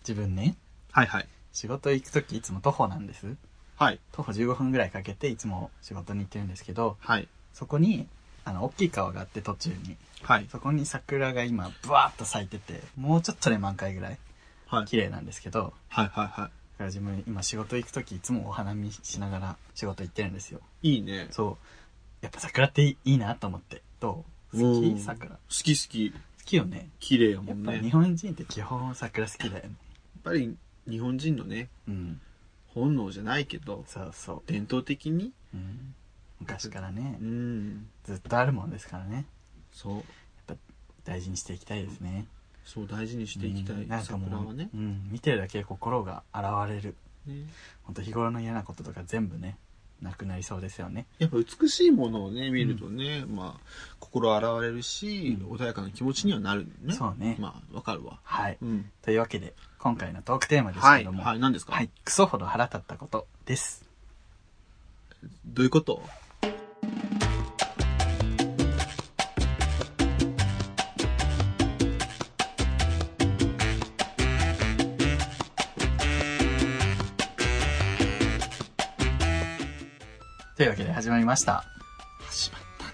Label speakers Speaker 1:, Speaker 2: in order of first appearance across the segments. Speaker 1: 自分ね、
Speaker 2: はいはい。
Speaker 1: 仕事行くときいつも徒歩なんです。
Speaker 2: はい。
Speaker 1: 徒歩15分ぐらいかけていつも仕事に行ってるんですけど、
Speaker 2: はい。
Speaker 1: そこに、あの、大きい川があって途中に。
Speaker 2: はい。
Speaker 1: そこに桜が今、ブワーッと咲いてて、もうちょっとで満開ぐらい、
Speaker 2: はい。
Speaker 1: 綺麗なんですけど、
Speaker 2: はいはいは
Speaker 1: だから自分今仕事行くときいつもお花見しながら仕事行ってるんですよ。
Speaker 2: い。いいね。
Speaker 1: そう。やっぱ桜っていいいいなと思って。どう好
Speaker 2: うん
Speaker 1: き桜。好
Speaker 2: 好き好き。
Speaker 1: きよね。
Speaker 2: 綺麗やも
Speaker 1: やっ
Speaker 2: ん
Speaker 1: ぱ
Speaker 2: ね。
Speaker 1: 日
Speaker 2: やっ
Speaker 1: 本人って基本桜好きだよね。
Speaker 2: ぱり日本人のね、
Speaker 1: うん。
Speaker 2: 本能じゃないけど、
Speaker 1: そうそ
Speaker 2: 伝統的に、
Speaker 1: う。うん、昔からね
Speaker 2: う、ん。
Speaker 1: ずっとあるもんですからね。
Speaker 2: そう。
Speaker 1: 大事にしていきたいですね。
Speaker 2: そう、大事にしていきた
Speaker 1: う
Speaker 2: い
Speaker 1: ん。なんか
Speaker 2: 桜
Speaker 1: もう、
Speaker 2: はね。
Speaker 1: うん、見てるだけで心が現れる。
Speaker 2: ね
Speaker 1: ほんと日頃の嫌なこととか全部ね、なくなりそうですよね。
Speaker 2: やっぱ美しいものをね、見るとね、まあ、心洗われるし、
Speaker 1: うん
Speaker 2: 穏やかな気持ちにはなるね。
Speaker 1: そうね
Speaker 2: まあ、わかるわ。
Speaker 1: はい。
Speaker 2: うん。
Speaker 1: というわけで、今回のトークテーマです
Speaker 2: は
Speaker 1: け
Speaker 2: い。
Speaker 1: ども、
Speaker 2: はい、何ですか
Speaker 1: はい、クソほど腹立ったことです。
Speaker 2: どういうこと
Speaker 1: というわけで始まりました。
Speaker 2: 始まったね。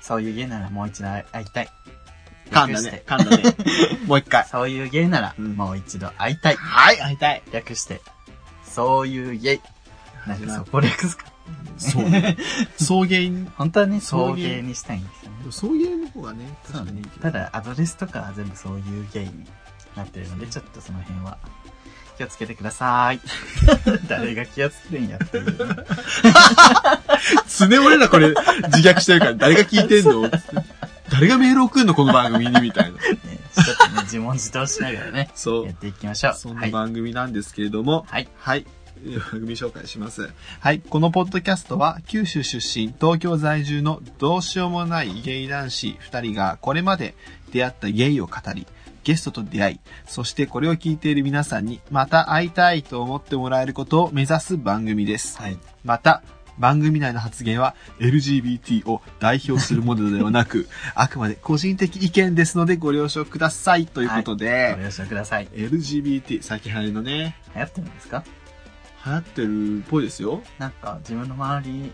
Speaker 1: そういう芸ならもう一度会いたい。
Speaker 2: 噛んだね。噛んだね。 もう一回。
Speaker 1: そういう芸なら
Speaker 2: うん
Speaker 1: もう一度会いたい。
Speaker 2: はい、会いたい。
Speaker 1: 略して、そういう芸。なんかそこ略すか。
Speaker 2: そうね。送迎、
Speaker 1: 本当はね、
Speaker 2: 送
Speaker 1: 送
Speaker 2: 迎
Speaker 1: 芸にしたいんですよね。
Speaker 2: 送迎の方がね、
Speaker 1: そう
Speaker 2: 確かに
Speaker 1: ね
Speaker 2: いいけ。ど
Speaker 1: ただ、アドレスとかは全部そういう芸になってるので、ちょっとその辺は気をつけてくださ い。誰が気をつけるんやって いうね、
Speaker 2: 常俺らこれ自虐してるから、誰が聞いてんのつって誰がメール送んのこの番組にみたいな。
Speaker 1: ねちょっとね、自問自答しながらね、
Speaker 2: そ
Speaker 1: やっ
Speaker 2: う。
Speaker 1: ていきましょう。
Speaker 2: そん
Speaker 1: は。
Speaker 2: ない番組なんですけれども、
Speaker 1: はい。
Speaker 2: はい。番組紹介します。はい。このポッドキャストは、九州出身、東京在住のどうしようもないゲイ男子二人が、これまで出会ったゲイを語り、ゲストと出会い、そしてこれを聞いている皆さんに、また会いたいと思ってもらえることを目指す番組です。
Speaker 1: はい。
Speaker 2: また、番組内の発言は LGBT を代表するものではなく、あくまで個人的意見ですのでご了承くださいということで、
Speaker 1: ご了承ください。
Speaker 2: LGBT、先輩のね、
Speaker 1: 流行ってるんですか
Speaker 2: 流行ってるっぽいですよ。
Speaker 1: なんか自分の周り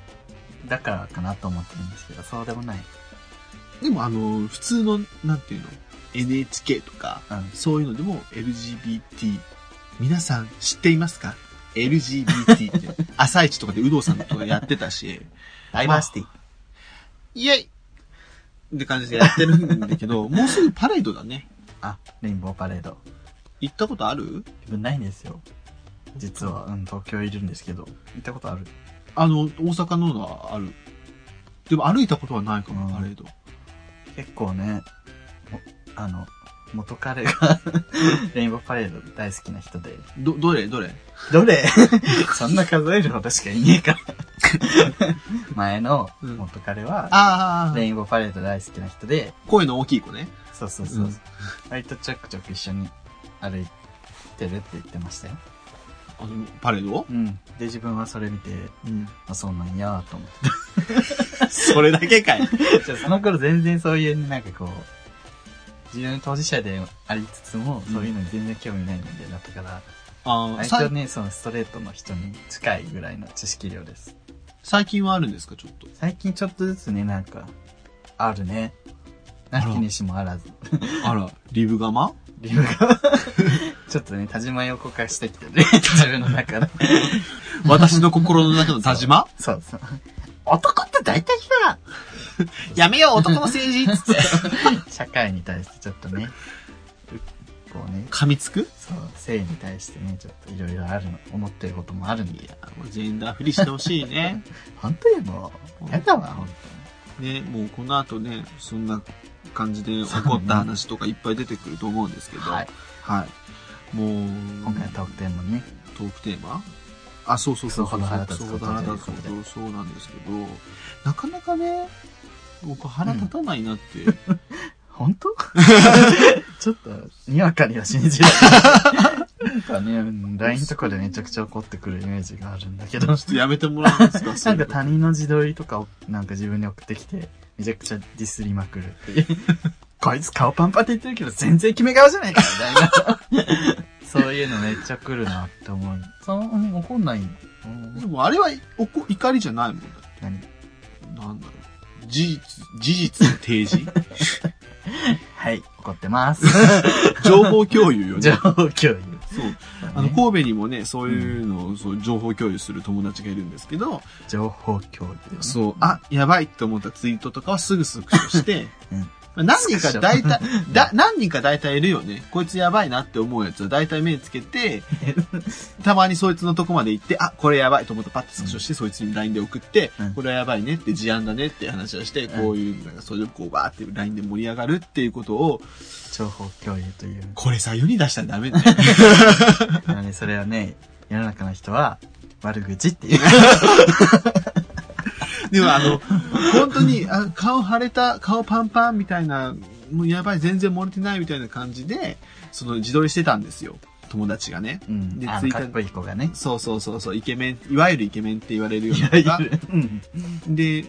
Speaker 1: だからかなと思ってるんですけど、そうでもない。
Speaker 2: でもあの、普通の、なんていうの ?NHK とか、
Speaker 1: うん。
Speaker 2: そういうのでも LGBT、皆さん知っていますか ?LGBT って、朝一とかで有働さんとかやってたし、
Speaker 1: ダイバーシティ。
Speaker 2: イエイって感じでやってるんだけど、もうすぐパレードだね。
Speaker 1: あ、レインボーパレード。
Speaker 2: 行ったことある
Speaker 1: 自分ないんですよ。実は、うん、東京いるんですけど。行ったことある
Speaker 2: あの、大阪のがある。でも歩いたことはないかも、
Speaker 1: うん
Speaker 2: パレード。
Speaker 1: 結構ね、もあの、元彼が、 レインボーパレード大好きな人で。
Speaker 2: ど、どれどれ
Speaker 1: どれ そんな数えるほどしかいねえから。 前の
Speaker 2: うん
Speaker 1: 元彼は、
Speaker 2: あ
Speaker 1: レインボーパレード大好きな人で、
Speaker 2: 声の大きい子ね。
Speaker 1: そうそうそう。
Speaker 2: うん
Speaker 1: 割とちょくちょく一緒に歩いてるって言ってましたよ。
Speaker 2: あの、パレード
Speaker 1: うん。で、自分はそれ見て、
Speaker 2: うん。
Speaker 1: あ、そうなんやと思っ
Speaker 2: それだけ かい。
Speaker 1: て。 じゃあその頃全然そういう、なんかこう、自分当事者でありつつも、
Speaker 2: うん
Speaker 1: そういうのに全然興味ないので、だったから、
Speaker 2: ああ、
Speaker 1: 割と
Speaker 2: さ
Speaker 1: ね、そのストレートの人に近いぐらいの知識量です。
Speaker 2: 最近はあるんですか、ちょ っと。
Speaker 1: 最近ちょっとずつね、なんか、あるね。なきにしもあらず。
Speaker 2: あら、リブガマ
Speaker 1: 理由が、 ちょっとね、田島横化してきてる ね、自分の中で。
Speaker 2: 私の心の中の田島
Speaker 1: そうそう。男って大体さ、
Speaker 2: やめよう、男の政治つって。
Speaker 1: 社会に対してちょっとね、こうね、
Speaker 2: 噛みつく
Speaker 1: そう、性に対してね、ちょっといろいろあるの、思ってることもあるんで。
Speaker 2: ジェンダーフリーしてほしい ね。
Speaker 1: 本当にもう、やだわ、本
Speaker 2: ね、もうこの後ね、そんな感じで起こった話とかいっぱい出てくると思うんですけ
Speaker 1: 当
Speaker 2: ど。
Speaker 1: に。はい。。
Speaker 2: はい。もう、
Speaker 1: 今回のトークテーマね、
Speaker 2: トークテーマあ、そうそうそう。
Speaker 1: クソほど腹立つ
Speaker 2: ク
Speaker 1: こ
Speaker 2: ソほ
Speaker 1: と
Speaker 2: ど腹立つことそうなんですけど、なかなかね、僕腹立たないな って。
Speaker 1: 本当ちょっと、にわかには信じられない。なんかねうん、LINE とかでめちゃくちゃ怒ってくるイメージがあるんだけど、
Speaker 2: ちょっとやめてもらえますか
Speaker 1: なんか他人の自撮りとかをなんか自分に送ってきて、めちゃくちゃディスりまくるっていう。こいつ顔パンパンって言ってるけど全然決め顔じゃないかみたいな。そういうのめっちゃ来るなって思う。その、うん怒んないの。うん
Speaker 2: でもあれはおこ怒りじゃないもんだ
Speaker 1: 何
Speaker 2: なんだろう。事実、事実の提 示
Speaker 1: はい、怒ってます。
Speaker 2: 情報共有よ
Speaker 1: 情
Speaker 2: ね。
Speaker 1: 報共有。
Speaker 2: そう。あの、神戸にもね、そういうのを、そう、情報共有する友達がいるんですけど、
Speaker 1: 情報共有。
Speaker 2: そう、あ、やばいって思ったツイートとかはすぐスクショして、
Speaker 1: うん
Speaker 2: まあ何人か大 体、だ、何人か大体いるよね。こいつやばいなって思うやつは大体目つけ て、たまにそいつのとこまで行って、あ、これやばいと思ったらパッとスクショして、そいつに LINE で送って、
Speaker 1: うん
Speaker 2: これはやばいねって事案だねって話をして、こういう、なんかそれでこうバーって LINE で盛り上がるっていうことを、
Speaker 1: 情報共有という。
Speaker 2: これさ、世に出したらダメだよ。
Speaker 1: なので、それはね、世の中の人は、悪口っていう。
Speaker 2: でもあの、本当に、あ顔腫れた、顔パンパンみたいな、もうやばい、全然漏れてないみたいな感じで、その自撮りしてたんですよ。友達がね。
Speaker 1: うん
Speaker 2: で。
Speaker 1: あ
Speaker 2: ツ
Speaker 1: の、
Speaker 2: イッター
Speaker 1: かっこいい子がね。
Speaker 2: そうそうそうそう、イケメン、いわゆるイケメンって言われるよう
Speaker 1: い
Speaker 2: な
Speaker 1: や、い
Speaker 2: 子 が。
Speaker 1: る。うん。
Speaker 2: で、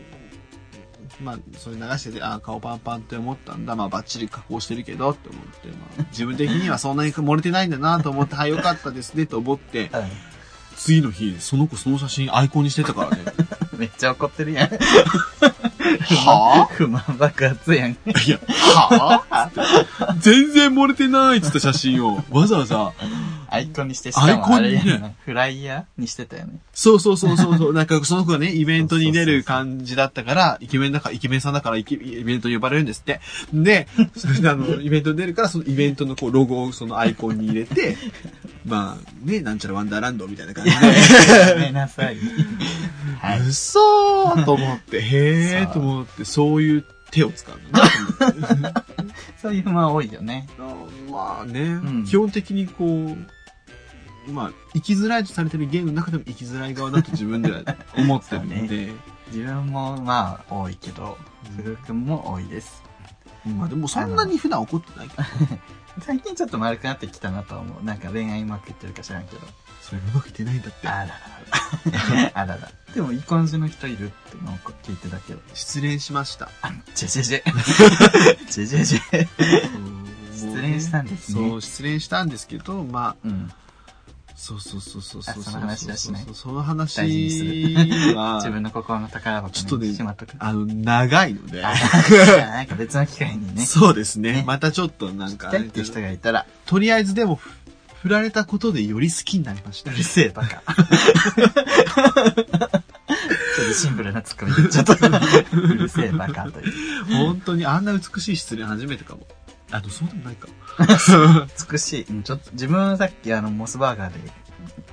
Speaker 2: まあ、それ流してて、あ顔パンパンって思ったんだ。まあ、バッチリ加工してるけど、って思って、まあ、自分的にはそんなに漏れてないんだなと思って、はい、よかったですね、と思って、 次の日、その子その写真アイコンにしてたからね。
Speaker 1: うんめっちゃ怒ってるやん。
Speaker 2: は
Speaker 1: 不満爆発やん。
Speaker 2: いや、はぁ全然漏れてないっつった写真を、わざわざ、
Speaker 1: アイコンにして、しかもあれや
Speaker 2: アイコン
Speaker 1: んな。フライヤーにしてた よね。
Speaker 2: そうそうそうそうそう、なんかその子がね、イベントに出る感じだったから、イケメンだから、イケメンさんだからイケ、イベント呼ばれるんですって。で、それであの、イベントに出るから、そのイベントのこう、ロゴをそのアイコンに入れて、まあ、ね、なんちゃらワンダーランドみたいな感じで、
Speaker 1: やめなさい。はい。
Speaker 2: 嘘ーと思って、へ
Speaker 1: さ
Speaker 2: ー
Speaker 1: あ
Speaker 2: と思って、そういう手を使うのね。
Speaker 1: そういう不満多いよね。
Speaker 2: あまあね、
Speaker 1: ん
Speaker 2: 基本的にこう、まあ、生きづらいとされてるゲームの中でも生きづらい側だと自分では思ってるので、
Speaker 1: 自分もまあ多いけど、すぐくんも多いです。
Speaker 2: まあでもそんなに普段怒ってないけど、
Speaker 1: 最近ちょっと丸くなってきたなとは思う。なんか恋愛うまくいってるか知らんけど。
Speaker 2: それうまくいってないんだって。
Speaker 1: あらら ら。あらら。でもいい感じの人いるってなんか聞いてたけど。
Speaker 2: 失恋し ました。
Speaker 1: ジェジェジェ。 ジェジェジェ。
Speaker 2: 失
Speaker 1: 恋したんですね
Speaker 2: そう、失恋したんですけど、ま
Speaker 1: うん。
Speaker 2: あ、そうそうそうそうそう
Speaker 1: あその話はしない
Speaker 2: その話
Speaker 1: 大事に す 自
Speaker 2: は、
Speaker 1: 分の心の宝箱
Speaker 2: ちょっとね
Speaker 1: にしまっとく。
Speaker 2: あの、長いので、
Speaker 1: あなんか別の機会にね。
Speaker 2: そうですね
Speaker 1: ね
Speaker 2: またちょっとなんか、
Speaker 1: だいって人がいたら、
Speaker 2: とりあえずでも、ふ振られたことでより好きになりました
Speaker 1: う。るせえ バカ。ちょっとシンプルなツッコミ。ちょっと、うるせえバカという。
Speaker 2: 本当にあんな美しい失恋初めてかも。あと、そうでもない か。
Speaker 1: 美しい。うんちょっと、自分さっきあの、モスバーガーで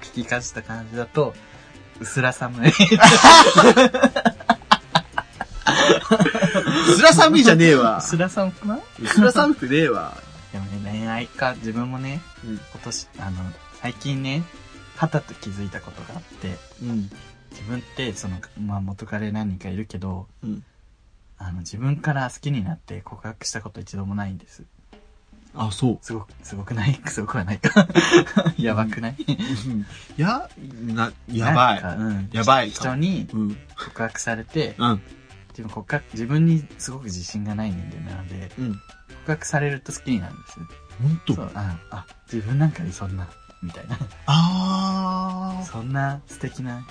Speaker 1: 聞き返した感じだと、薄ら寒い。
Speaker 2: うすら寒いじゃねえわ。
Speaker 1: 薄ら寒くないう
Speaker 2: すら寒くねえわ。
Speaker 1: でもね、恋愛か、自分もね、
Speaker 2: うん
Speaker 1: 今年、あの、最近ね、はたと気づいたことがあって、
Speaker 2: うん。
Speaker 1: 自分って、その、まあ、元彼何人かいるけど、
Speaker 2: うん。
Speaker 1: あの、自分から好きになって告白したこと一度もないんです。
Speaker 2: あ、そう。
Speaker 1: すごく、すごくない すごくはないか。 やばくない
Speaker 2: や、な、や
Speaker 1: な
Speaker 2: ば
Speaker 1: んか
Speaker 2: い。
Speaker 1: うん。
Speaker 2: やばいか
Speaker 1: 人に
Speaker 2: うん。
Speaker 1: 告白されて、
Speaker 2: うん。
Speaker 1: 自分告白、自分にすごく自信がない人間なので、
Speaker 2: うん。
Speaker 1: 告白されると好きになるんです。
Speaker 2: 本当
Speaker 1: そう、ああ、自分なんかにそんな、みたいな。
Speaker 2: あ
Speaker 1: そんな素敵な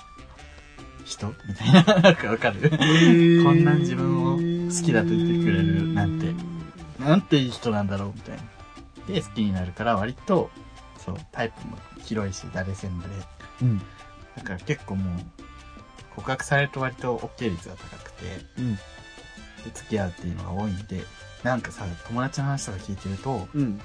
Speaker 1: 人みたいな。 なんかわかる
Speaker 2: ー。
Speaker 1: こんな自分を好きだと言ってくれるなんてなんていい人なんだろうみたいな。で、好きになるから割と、そう、タイプも広いし、誰せんで。
Speaker 2: うん。
Speaker 1: だから結構もう、告白されると割と OK 率が高くて、
Speaker 2: うん。
Speaker 1: で、付き合うっていうのが多いんで、なんかさ、友達の話とか聞いてると、
Speaker 2: うん。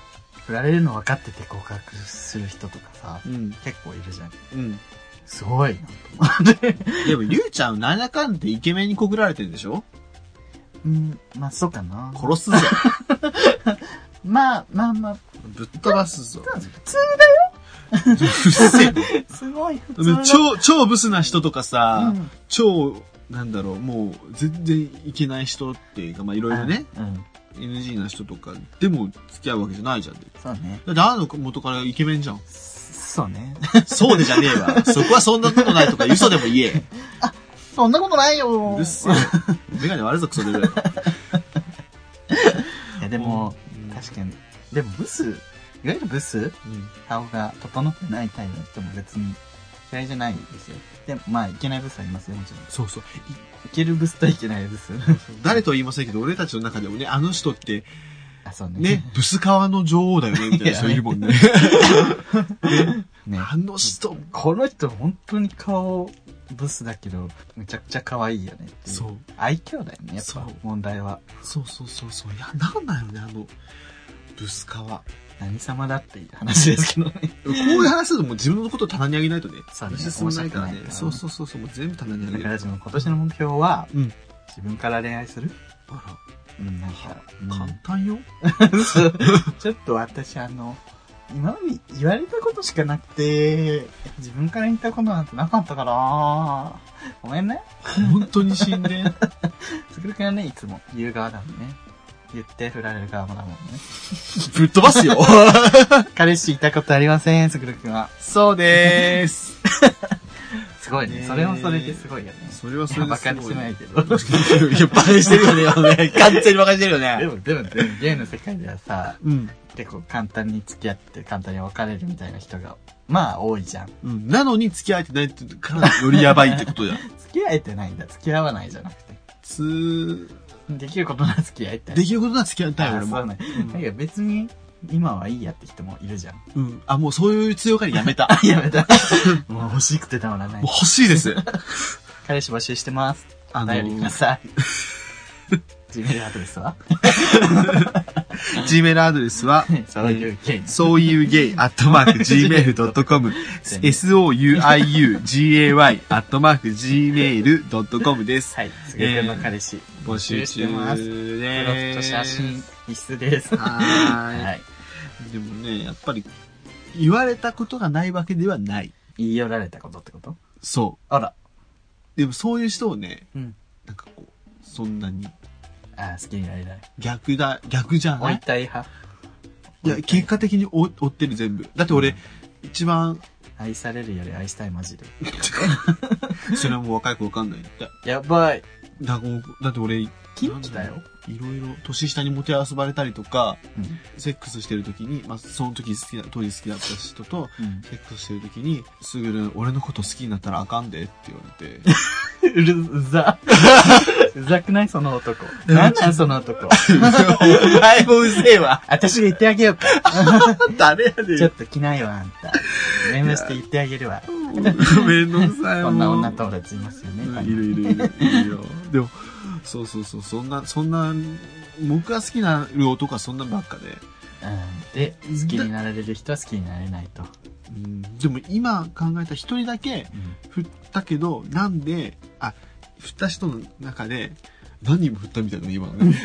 Speaker 1: 振られるの分かってて告白する人とかさ、
Speaker 2: うん。
Speaker 1: 結構いるじゃん。
Speaker 2: うん。
Speaker 1: すごいなと思って。
Speaker 2: でも、りゅうちゃん、なんやかんでイケメンに告られてるんでしょ
Speaker 1: うん、まあそうかな。
Speaker 2: 殺 すぞ。
Speaker 1: まあまあまあ、
Speaker 2: ぶっ飛ばすぞ。
Speaker 1: 普通
Speaker 2: う っせえ
Speaker 1: だ、すごい普通だ。
Speaker 2: 超、超ブスな人とか
Speaker 1: う
Speaker 2: さ、
Speaker 1: ん、
Speaker 2: 超、なんだろう、もう、全然いけない人っていうか、まあ、いろいろね、
Speaker 1: あ。うん、
Speaker 2: NG な人とか、でも付き合うわけじゃないじゃん。だ
Speaker 1: そうね。
Speaker 2: って、あの元からイケメンじゃん。
Speaker 1: そう ね。
Speaker 2: そうでじゃねえ わ。そこはそんなことないとか、嘘でも言え。
Speaker 1: そんなことないよ
Speaker 2: うるせえ。メガネ割るぞ、クソでぐらい。
Speaker 1: いや、でも、
Speaker 2: うん
Speaker 1: 確かに。でも、ブスいわゆるブス顔が整ってないタイプの人も別に嫌いじゃないですよ。でも、まあ、いけないブスありますよ、もちろん。
Speaker 2: そうそう。
Speaker 1: いけるブスといけないブ ス。
Speaker 2: 誰とは言いませんけど、俺たちの中でもね、あの人って、
Speaker 1: あ、そうね。
Speaker 2: ね、ブス川の女王だよね、みたいな人いるもんね。
Speaker 1: ね
Speaker 2: あの人、
Speaker 1: この人、本当に顔、ブスだけど、めちゃくちゃ可愛いよねっていう。
Speaker 2: そう。
Speaker 1: 愛嬌だよね、やっ
Speaker 2: そ
Speaker 1: ぱ
Speaker 2: う、
Speaker 1: 問題は。
Speaker 2: そうそうそうそう。いや、なんだよね、あの、ブス川。
Speaker 1: 何様だっていう話ですけどね。
Speaker 2: こういう話するともう自分のことを棚にあげないとね、
Speaker 1: そうね
Speaker 2: 進まないから
Speaker 1: 申し訳な
Speaker 2: ね
Speaker 1: い。から
Speaker 2: そうそうそうそう、もう全部棚にあげ
Speaker 1: だ
Speaker 2: る。
Speaker 1: から、今年の目標は、
Speaker 2: うん
Speaker 1: 自分から恋愛する
Speaker 2: あ
Speaker 1: うん、なんか、う
Speaker 2: ら、
Speaker 1: ん
Speaker 2: 簡単よ。
Speaker 1: ちょっと私、あの、今まで言われたことしかなくて、自分から言ったことなんてなかったから、ごめんね。
Speaker 2: 本当に死んで。
Speaker 1: つくるくんはね、いつも言う側だもんね。言って振られる側もだもんね。
Speaker 2: ぶっ飛ばすよ。
Speaker 1: 彼氏いたことありません、つくるくんは。
Speaker 2: そうでーす。
Speaker 1: すごい
Speaker 2: ね
Speaker 1: ね。
Speaker 2: え
Speaker 1: それはそれですごいよね。
Speaker 2: それはそ
Speaker 1: い
Speaker 2: れ
Speaker 1: や
Speaker 2: で
Speaker 1: バ
Speaker 2: す
Speaker 1: カ
Speaker 2: ご
Speaker 1: にしてないけど。
Speaker 2: いや、バカにしてるよね今ね、完全にバカにしてる よ
Speaker 1: で
Speaker 2: ね。
Speaker 1: も、でも、でも、ゲイの世界ではさ、
Speaker 2: うん。
Speaker 1: 結構簡単に付き合って簡単に別れるみたいな人が、まあ多いじゃん。
Speaker 2: うん。なのに付き合えてないってからよりやばいってことだ。
Speaker 1: 付き合えてないんだ。付き合わないじゃなくて。
Speaker 2: つー、
Speaker 1: できることなら付き合いたい。
Speaker 2: できることなら付き合いたい、
Speaker 1: あ
Speaker 2: 俺
Speaker 1: そう
Speaker 2: も。
Speaker 1: ね。だけど別に、今はいいやって人もいるじゃん。
Speaker 2: うん。あ、もうそういう強がりや めた。
Speaker 1: あ、 やめた。もう欲しくてたまらない
Speaker 2: もう。欲しいです。
Speaker 1: 彼氏募集してます。
Speaker 2: あ
Speaker 1: お
Speaker 2: の
Speaker 1: 便りくだ さい。Gmail アドレスは
Speaker 2: Gmail アドレスは、
Speaker 1: そういうゲイの
Speaker 2: そういうゲイ、アットマーク、gmail.com、souiugay、アットマーク、gmail.com です。
Speaker 1: はい。すげえの彼氏。
Speaker 2: 募集中
Speaker 1: プ
Speaker 2: で
Speaker 1: ロフと
Speaker 2: す。
Speaker 1: 写真必須です。は。
Speaker 2: はいい。でもね、やっぱり、言われたことがないわけではない。
Speaker 1: 言い寄られたことってこと
Speaker 2: そ
Speaker 1: あら。
Speaker 2: う。でもそういう人をね、
Speaker 1: うん。
Speaker 2: なんかこう、そんなに、
Speaker 1: あー、好きになれない。
Speaker 2: 逆だ、逆じゃな
Speaker 1: 追い
Speaker 2: い
Speaker 1: たい派。
Speaker 2: いや、結果的に追追ってる全部。だって
Speaker 1: う
Speaker 2: 俺
Speaker 1: ん、
Speaker 2: 一番、
Speaker 1: 愛されるより愛したいマジで。
Speaker 2: それはもう若い子わかんない。だ
Speaker 1: やばい。
Speaker 2: だだって俺、
Speaker 1: キンキだよ。
Speaker 2: いろいろ年下にもてあそばれたりとか、
Speaker 1: うん
Speaker 2: セックスしてる時に、まあ、その時好きな、当時好きだった人と、
Speaker 1: うん
Speaker 2: セックスしてる時に、すぐる、俺のこと好きになったらあかんでって言われて、
Speaker 1: うる、うざ。うざくないその男。
Speaker 2: うん
Speaker 1: なんなんその男。
Speaker 2: お前もうぜえわ。
Speaker 1: 私が言ってあげようか。
Speaker 2: 誰やね
Speaker 1: ちょっと着ないわ、あんた。メムして言ってあげるわ。
Speaker 2: ごめんなさい。
Speaker 1: こんな
Speaker 2: もう
Speaker 1: 女友達いますよ
Speaker 2: うん
Speaker 1: ね。
Speaker 2: いるいるいる。いるよ。 でも、そうそうそう、そんな、そんな、僕が好きなる男はそんなばっかで。
Speaker 1: うんで、好きになられる人は好きになれないと。
Speaker 2: うん、でも今考えた一人だけ、
Speaker 1: うん
Speaker 2: 振ったけど、なんで、あ、振った人の中で、何人も振ったみたいなの今のね。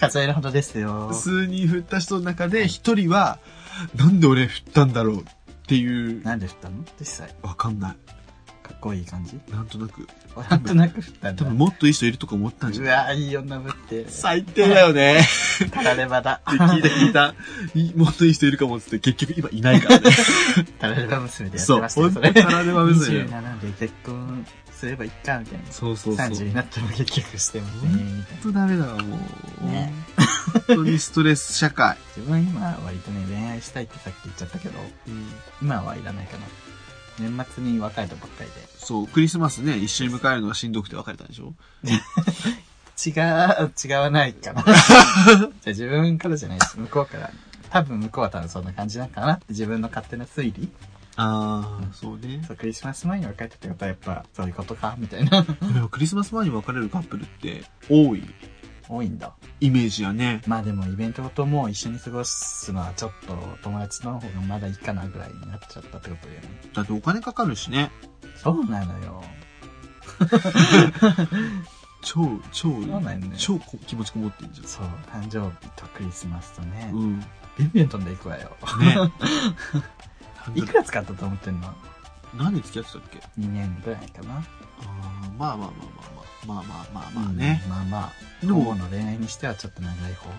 Speaker 1: 数えるほどです よ。
Speaker 2: 数人振った人の中で、一人は、なんで俺振ったんだろうっていう、
Speaker 1: なんで振ったの実際。
Speaker 2: わかんな
Speaker 1: かっこいい感じ
Speaker 2: い。なんとなく。
Speaker 1: なんとなく振ったん
Speaker 2: 多
Speaker 1: だ。
Speaker 2: 分もっといい人いるとか思ったんじ
Speaker 1: う
Speaker 2: ゃない
Speaker 1: わいい女ぶって。
Speaker 2: 最低だよね。
Speaker 1: たらればだ。
Speaker 2: って聞いた聞いた。いもっといい人いるかもっつって結局今いないからね。
Speaker 1: たられば娘でやって
Speaker 2: そう。
Speaker 1: ましたよ、
Speaker 2: 本
Speaker 1: そ
Speaker 2: 当に
Speaker 1: れ。
Speaker 2: タラレバ娘よ。
Speaker 1: 27で結婚すればいっか、みたいな。
Speaker 2: そうそうそう。
Speaker 1: 30になっても結局してもね、みたいな。
Speaker 2: 本当ダメだわ、もう。
Speaker 1: ね
Speaker 2: 本当にストレス社会。
Speaker 1: 自分今割とね、恋愛したいってさっき言っちゃったけど、
Speaker 2: うん
Speaker 1: 今はいらないかな。年末に別れたばっかりで。
Speaker 2: そう、クリスマスね、一緒に迎えるのがしんどくて別れたんでしょ
Speaker 1: 違う、違わないか な。じゃあ自分からじゃないし、向こうから。多分向こうは多分そんな感じなんかなって自分の勝手な推理。
Speaker 2: あー、そうね。
Speaker 1: そう、クリスマス前に別れたってことはやっぱそういうことかみたいな。
Speaker 2: でもクリスマス前に別れるカップルって多い
Speaker 1: 多いんだ。
Speaker 2: イメージやね。
Speaker 1: まあでもイベントごとも一緒に過ごすのはちょっと友達の方がまだいいかなぐらいになっちゃったってことだよね。
Speaker 2: だってお金かかるしね。
Speaker 1: そうなのよ。
Speaker 2: 超、
Speaker 1: そ
Speaker 2: 超、
Speaker 1: うなんよね
Speaker 2: 超こ気持ちこもってんじ
Speaker 1: そう、誕生日とクリスマスと
Speaker 2: ゃ
Speaker 1: ね
Speaker 2: ん。、 うん。ね。
Speaker 1: ビュンビュン飛んでいくわよ。 いくら使ったと思ってんの
Speaker 2: 何に付き合ってたっけ
Speaker 1: ?2 年ぐらいかな。
Speaker 2: あー、まあまあまあまあまあまあまあまあまあね。
Speaker 1: うん。まあまあ。
Speaker 2: で
Speaker 1: でも、
Speaker 2: も、
Speaker 1: 今
Speaker 2: でも
Speaker 1: の恋愛にしてはちょっと長い方。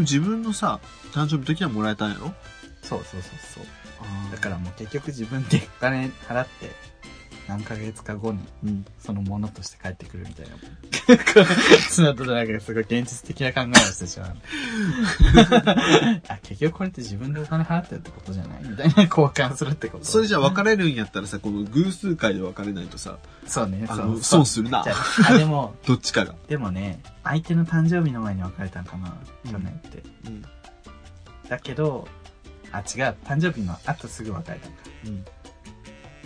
Speaker 2: 自分のさ、誕生日の時はもらえたんやろ
Speaker 1: そうそうそうそう。
Speaker 2: あ
Speaker 1: だからもう結局自分でお金払って何ヶ月か後に
Speaker 2: うん。
Speaker 1: そのものとして帰ってくるみたいな。 そうなったらなんかすごい現実的な考えをしてしまう。あ、結局これって自分でお金払ってるってことじゃないみたいな交換するってこと。
Speaker 2: それじゃあ別れるんやったらさ、この偶数回で別れないとさ、
Speaker 1: そうね。
Speaker 2: あ
Speaker 1: そう
Speaker 2: の、
Speaker 1: そう
Speaker 2: 損するな
Speaker 1: じゃ。あ、あでも、
Speaker 2: どっちかが。
Speaker 1: でもね、相手の誕生日の前に別れたんかな、
Speaker 2: うん
Speaker 1: 去年って。
Speaker 2: うん。
Speaker 1: だけど、あ、違う、誕生日の後すぐ別れたんか。
Speaker 2: うん。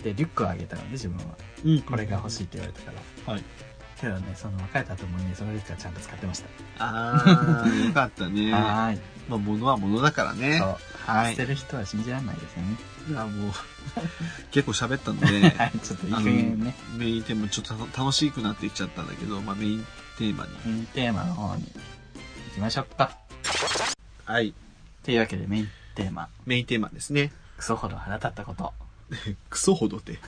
Speaker 1: で、リュックをあげたので、自分は。
Speaker 2: うん。
Speaker 1: これが欲しいって言われたから。
Speaker 2: はい。
Speaker 1: けどね、その別れた後もね、そのリュックはちゃんと使ってました。
Speaker 2: あー、よかったね。ま
Speaker 1: はーい。
Speaker 2: あ、物は物だからね
Speaker 1: そ。う。
Speaker 2: はい
Speaker 1: 捨てる人は信じられないですよね。
Speaker 2: じゃあもう、 結構喋ったので、
Speaker 1: はい、ちょっといい加減ね。
Speaker 2: メインテーマちょっと楽楽しくなってきちゃったんだけど、まあメインテーマに。
Speaker 1: メインテーマの方に行きましょうか。
Speaker 2: はい。
Speaker 1: というわけでメインテーマ、
Speaker 2: メインテーマですね。
Speaker 1: クソほど腹立ったこと。
Speaker 2: クソほどって。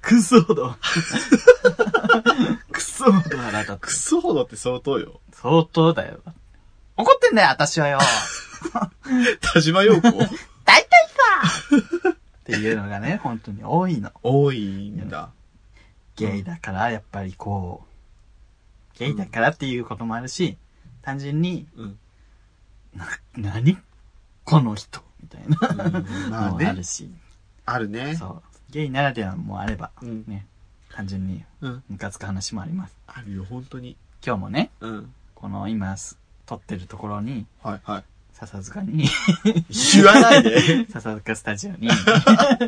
Speaker 1: クソほ ど クソほど腹立った
Speaker 2: ク。ソほどって相当よ。
Speaker 1: 相当だよ。怒ってんだよ、私 はよっ
Speaker 2: 田島陽子
Speaker 1: ていうのがね、本当に多いの。
Speaker 2: 多いんだ。
Speaker 1: ゲイだから、やっぱりこう、ゲイだからっていうこともあるし、単純に、
Speaker 2: うん。
Speaker 1: 何この人みたいな
Speaker 2: ま
Speaker 1: の
Speaker 2: あ
Speaker 1: もあ
Speaker 2: ね
Speaker 1: る。し、
Speaker 2: あるね。
Speaker 1: そう。ゲイならではもあれば、
Speaker 2: うん
Speaker 1: ね、単純に
Speaker 2: うん。
Speaker 1: ムカつく話もあります。
Speaker 2: あるよ、本当に。
Speaker 1: 今日もね、
Speaker 2: うん。
Speaker 1: この今す、撮ってるところに、
Speaker 2: はい、はい。
Speaker 1: 笹塚に、
Speaker 2: 言わないで。
Speaker 1: 笹塚スタジオに、
Speaker 2: は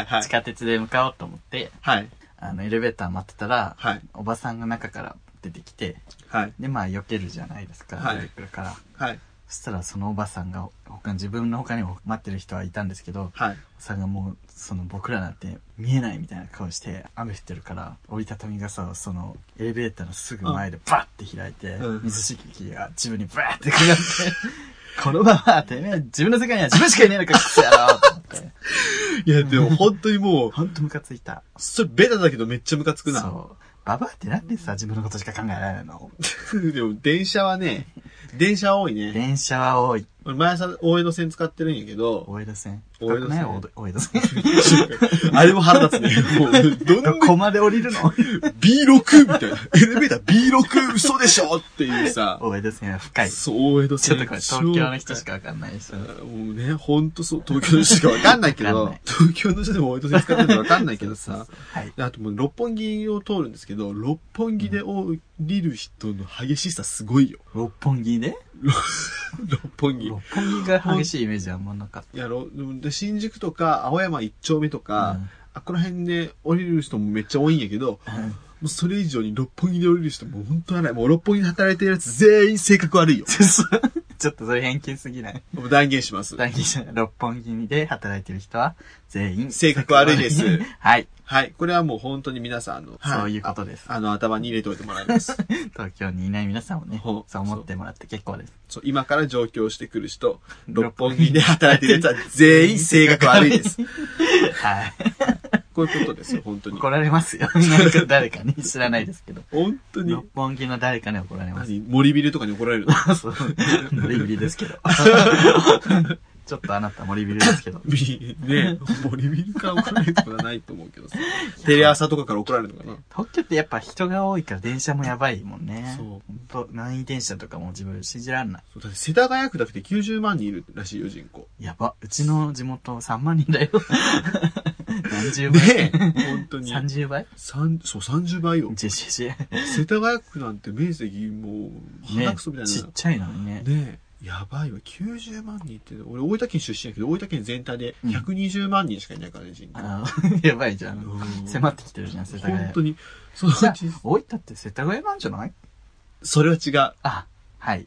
Speaker 2: い、はい
Speaker 1: 地。下鉄で向かおうと思って、
Speaker 2: はい、
Speaker 1: あの、エレベーター待ってたら、
Speaker 2: はい、
Speaker 1: おばさんが中から出てきて、
Speaker 2: はい、
Speaker 1: で、まあ、避けるじゃないですか、
Speaker 2: はい
Speaker 1: 出てくるから。
Speaker 2: はい、
Speaker 1: そしたら、そのおばさんが、他自分の他にも待ってる人はいたんですけど、おば
Speaker 2: はい。
Speaker 1: さんがもう、その僕らなんて見えないみたいな顔して、雨降ってるから、折りたたみ傘をその、エレベーターのすぐ前でバッて開いて、
Speaker 2: うん
Speaker 1: 水しぶきが自分にバーってかかって、 このまま、てめえ、自分の世界には自分しかいねえのか、クソ野郎と思って。
Speaker 2: いや、でも本当にもう、
Speaker 1: ほんとムカついた。
Speaker 2: それベタだけどめっちゃムカつくな。
Speaker 1: そう。ババアってなんでさ、自分のことしか考えられないの
Speaker 2: でも電車はね、電車多いね。
Speaker 1: 電車は多い。
Speaker 2: 俺毎朝大江戸線使ってるんや けど、
Speaker 1: 大江戸線。
Speaker 2: 大江
Speaker 1: 深く
Speaker 2: 戸線
Speaker 1: ない大江戸線。
Speaker 2: あれも腹立つね。もう、どんな
Speaker 1: どこまで降りるの
Speaker 2: B6 みたいな。エレベーター B6 嘘でしょっていうさ。
Speaker 1: 大江戸線は深い。
Speaker 2: そう、大江戸
Speaker 1: ちょ
Speaker 2: 線
Speaker 1: っとこれ東京の人しかわかんないし。
Speaker 2: もうね、ほんとそう、東京の人しかわかんないけ
Speaker 1: わか
Speaker 2: ど
Speaker 1: んない、
Speaker 2: 東京の人でも大江戸線使ってるのわかんないけど
Speaker 1: そう
Speaker 2: さ
Speaker 1: そう。そうはい。
Speaker 2: であともう六本木を通るんですけど、六本木で降りる人の激しさすごいよ。
Speaker 1: 六本木で
Speaker 2: 六本木。い
Speaker 1: 六本木が激しいイメージはあんまなかっ
Speaker 2: やろ、で新宿とか青山一丁目と
Speaker 1: た。
Speaker 2: か、あ、この辺で降りる人もめっちゃ多いんやけど、
Speaker 1: うん
Speaker 2: もうそれ以上に六本木で降りる人もう本当はない。もう六本木で働いてるやつ全員性格悪 いよ。
Speaker 1: ちょっとそれ偏見すぎない。
Speaker 2: もう断言します。
Speaker 1: 大吉さん六本木で働いてる人は全員
Speaker 2: 性格悪いです
Speaker 1: はい。
Speaker 2: はい。これはもう本当に皆さん、あの、
Speaker 1: そういうことです
Speaker 2: ああの、頭に入れておいてもらい ます。
Speaker 1: 東京にいない皆さんもね、
Speaker 2: ほう
Speaker 1: そう思ってもらって結構です。
Speaker 2: そう、今から上京してくる人、六本木で働いてるやつは 全員性格悪いです。。
Speaker 1: はい。
Speaker 2: こういうことですよ、本当に。
Speaker 1: 怒られます よ。なんか誰かに知らないですけど。
Speaker 2: 本当に
Speaker 1: 六。本木の誰かに怒られます。
Speaker 2: 何森ビルとかに怒られるの
Speaker 1: そう。森ビリです けど。ちょっとあなた森ビリですけど。
Speaker 2: ビね森ビルから怒られることはないと思うけどさ。 テレ朝とかから怒られるのかな
Speaker 1: 東京ってやっぱ人が多いから電車もやばいもんね。
Speaker 2: そう
Speaker 1: ほんと。満員電車とかも自分信じられない。
Speaker 2: そう、だって世田谷区だけで90万人いるらしいよ、人口。
Speaker 1: やば。うちの地元3万人だ よ。何十倍、
Speaker 2: ね本当に。
Speaker 1: ?30 倍
Speaker 2: 三そう、30倍よ。
Speaker 1: じゃじゃじゃ。
Speaker 2: 世田谷区なんて面積もう、鼻くそみたい
Speaker 1: ちっ
Speaker 2: な。
Speaker 1: ちゃいのにね。
Speaker 2: ねえ。やばいわ、90万人って、俺大分県出身やけど、大分県全体で120万人しかいないからね、人口。
Speaker 1: あの やばいじゃん。
Speaker 2: うん
Speaker 1: 迫ってきてるじゃん、世田谷
Speaker 2: 本。当に、そのう
Speaker 1: じゃあ
Speaker 2: ち、
Speaker 1: 大分って世田谷なんじゃない
Speaker 2: それは違う。
Speaker 1: あ、 はい。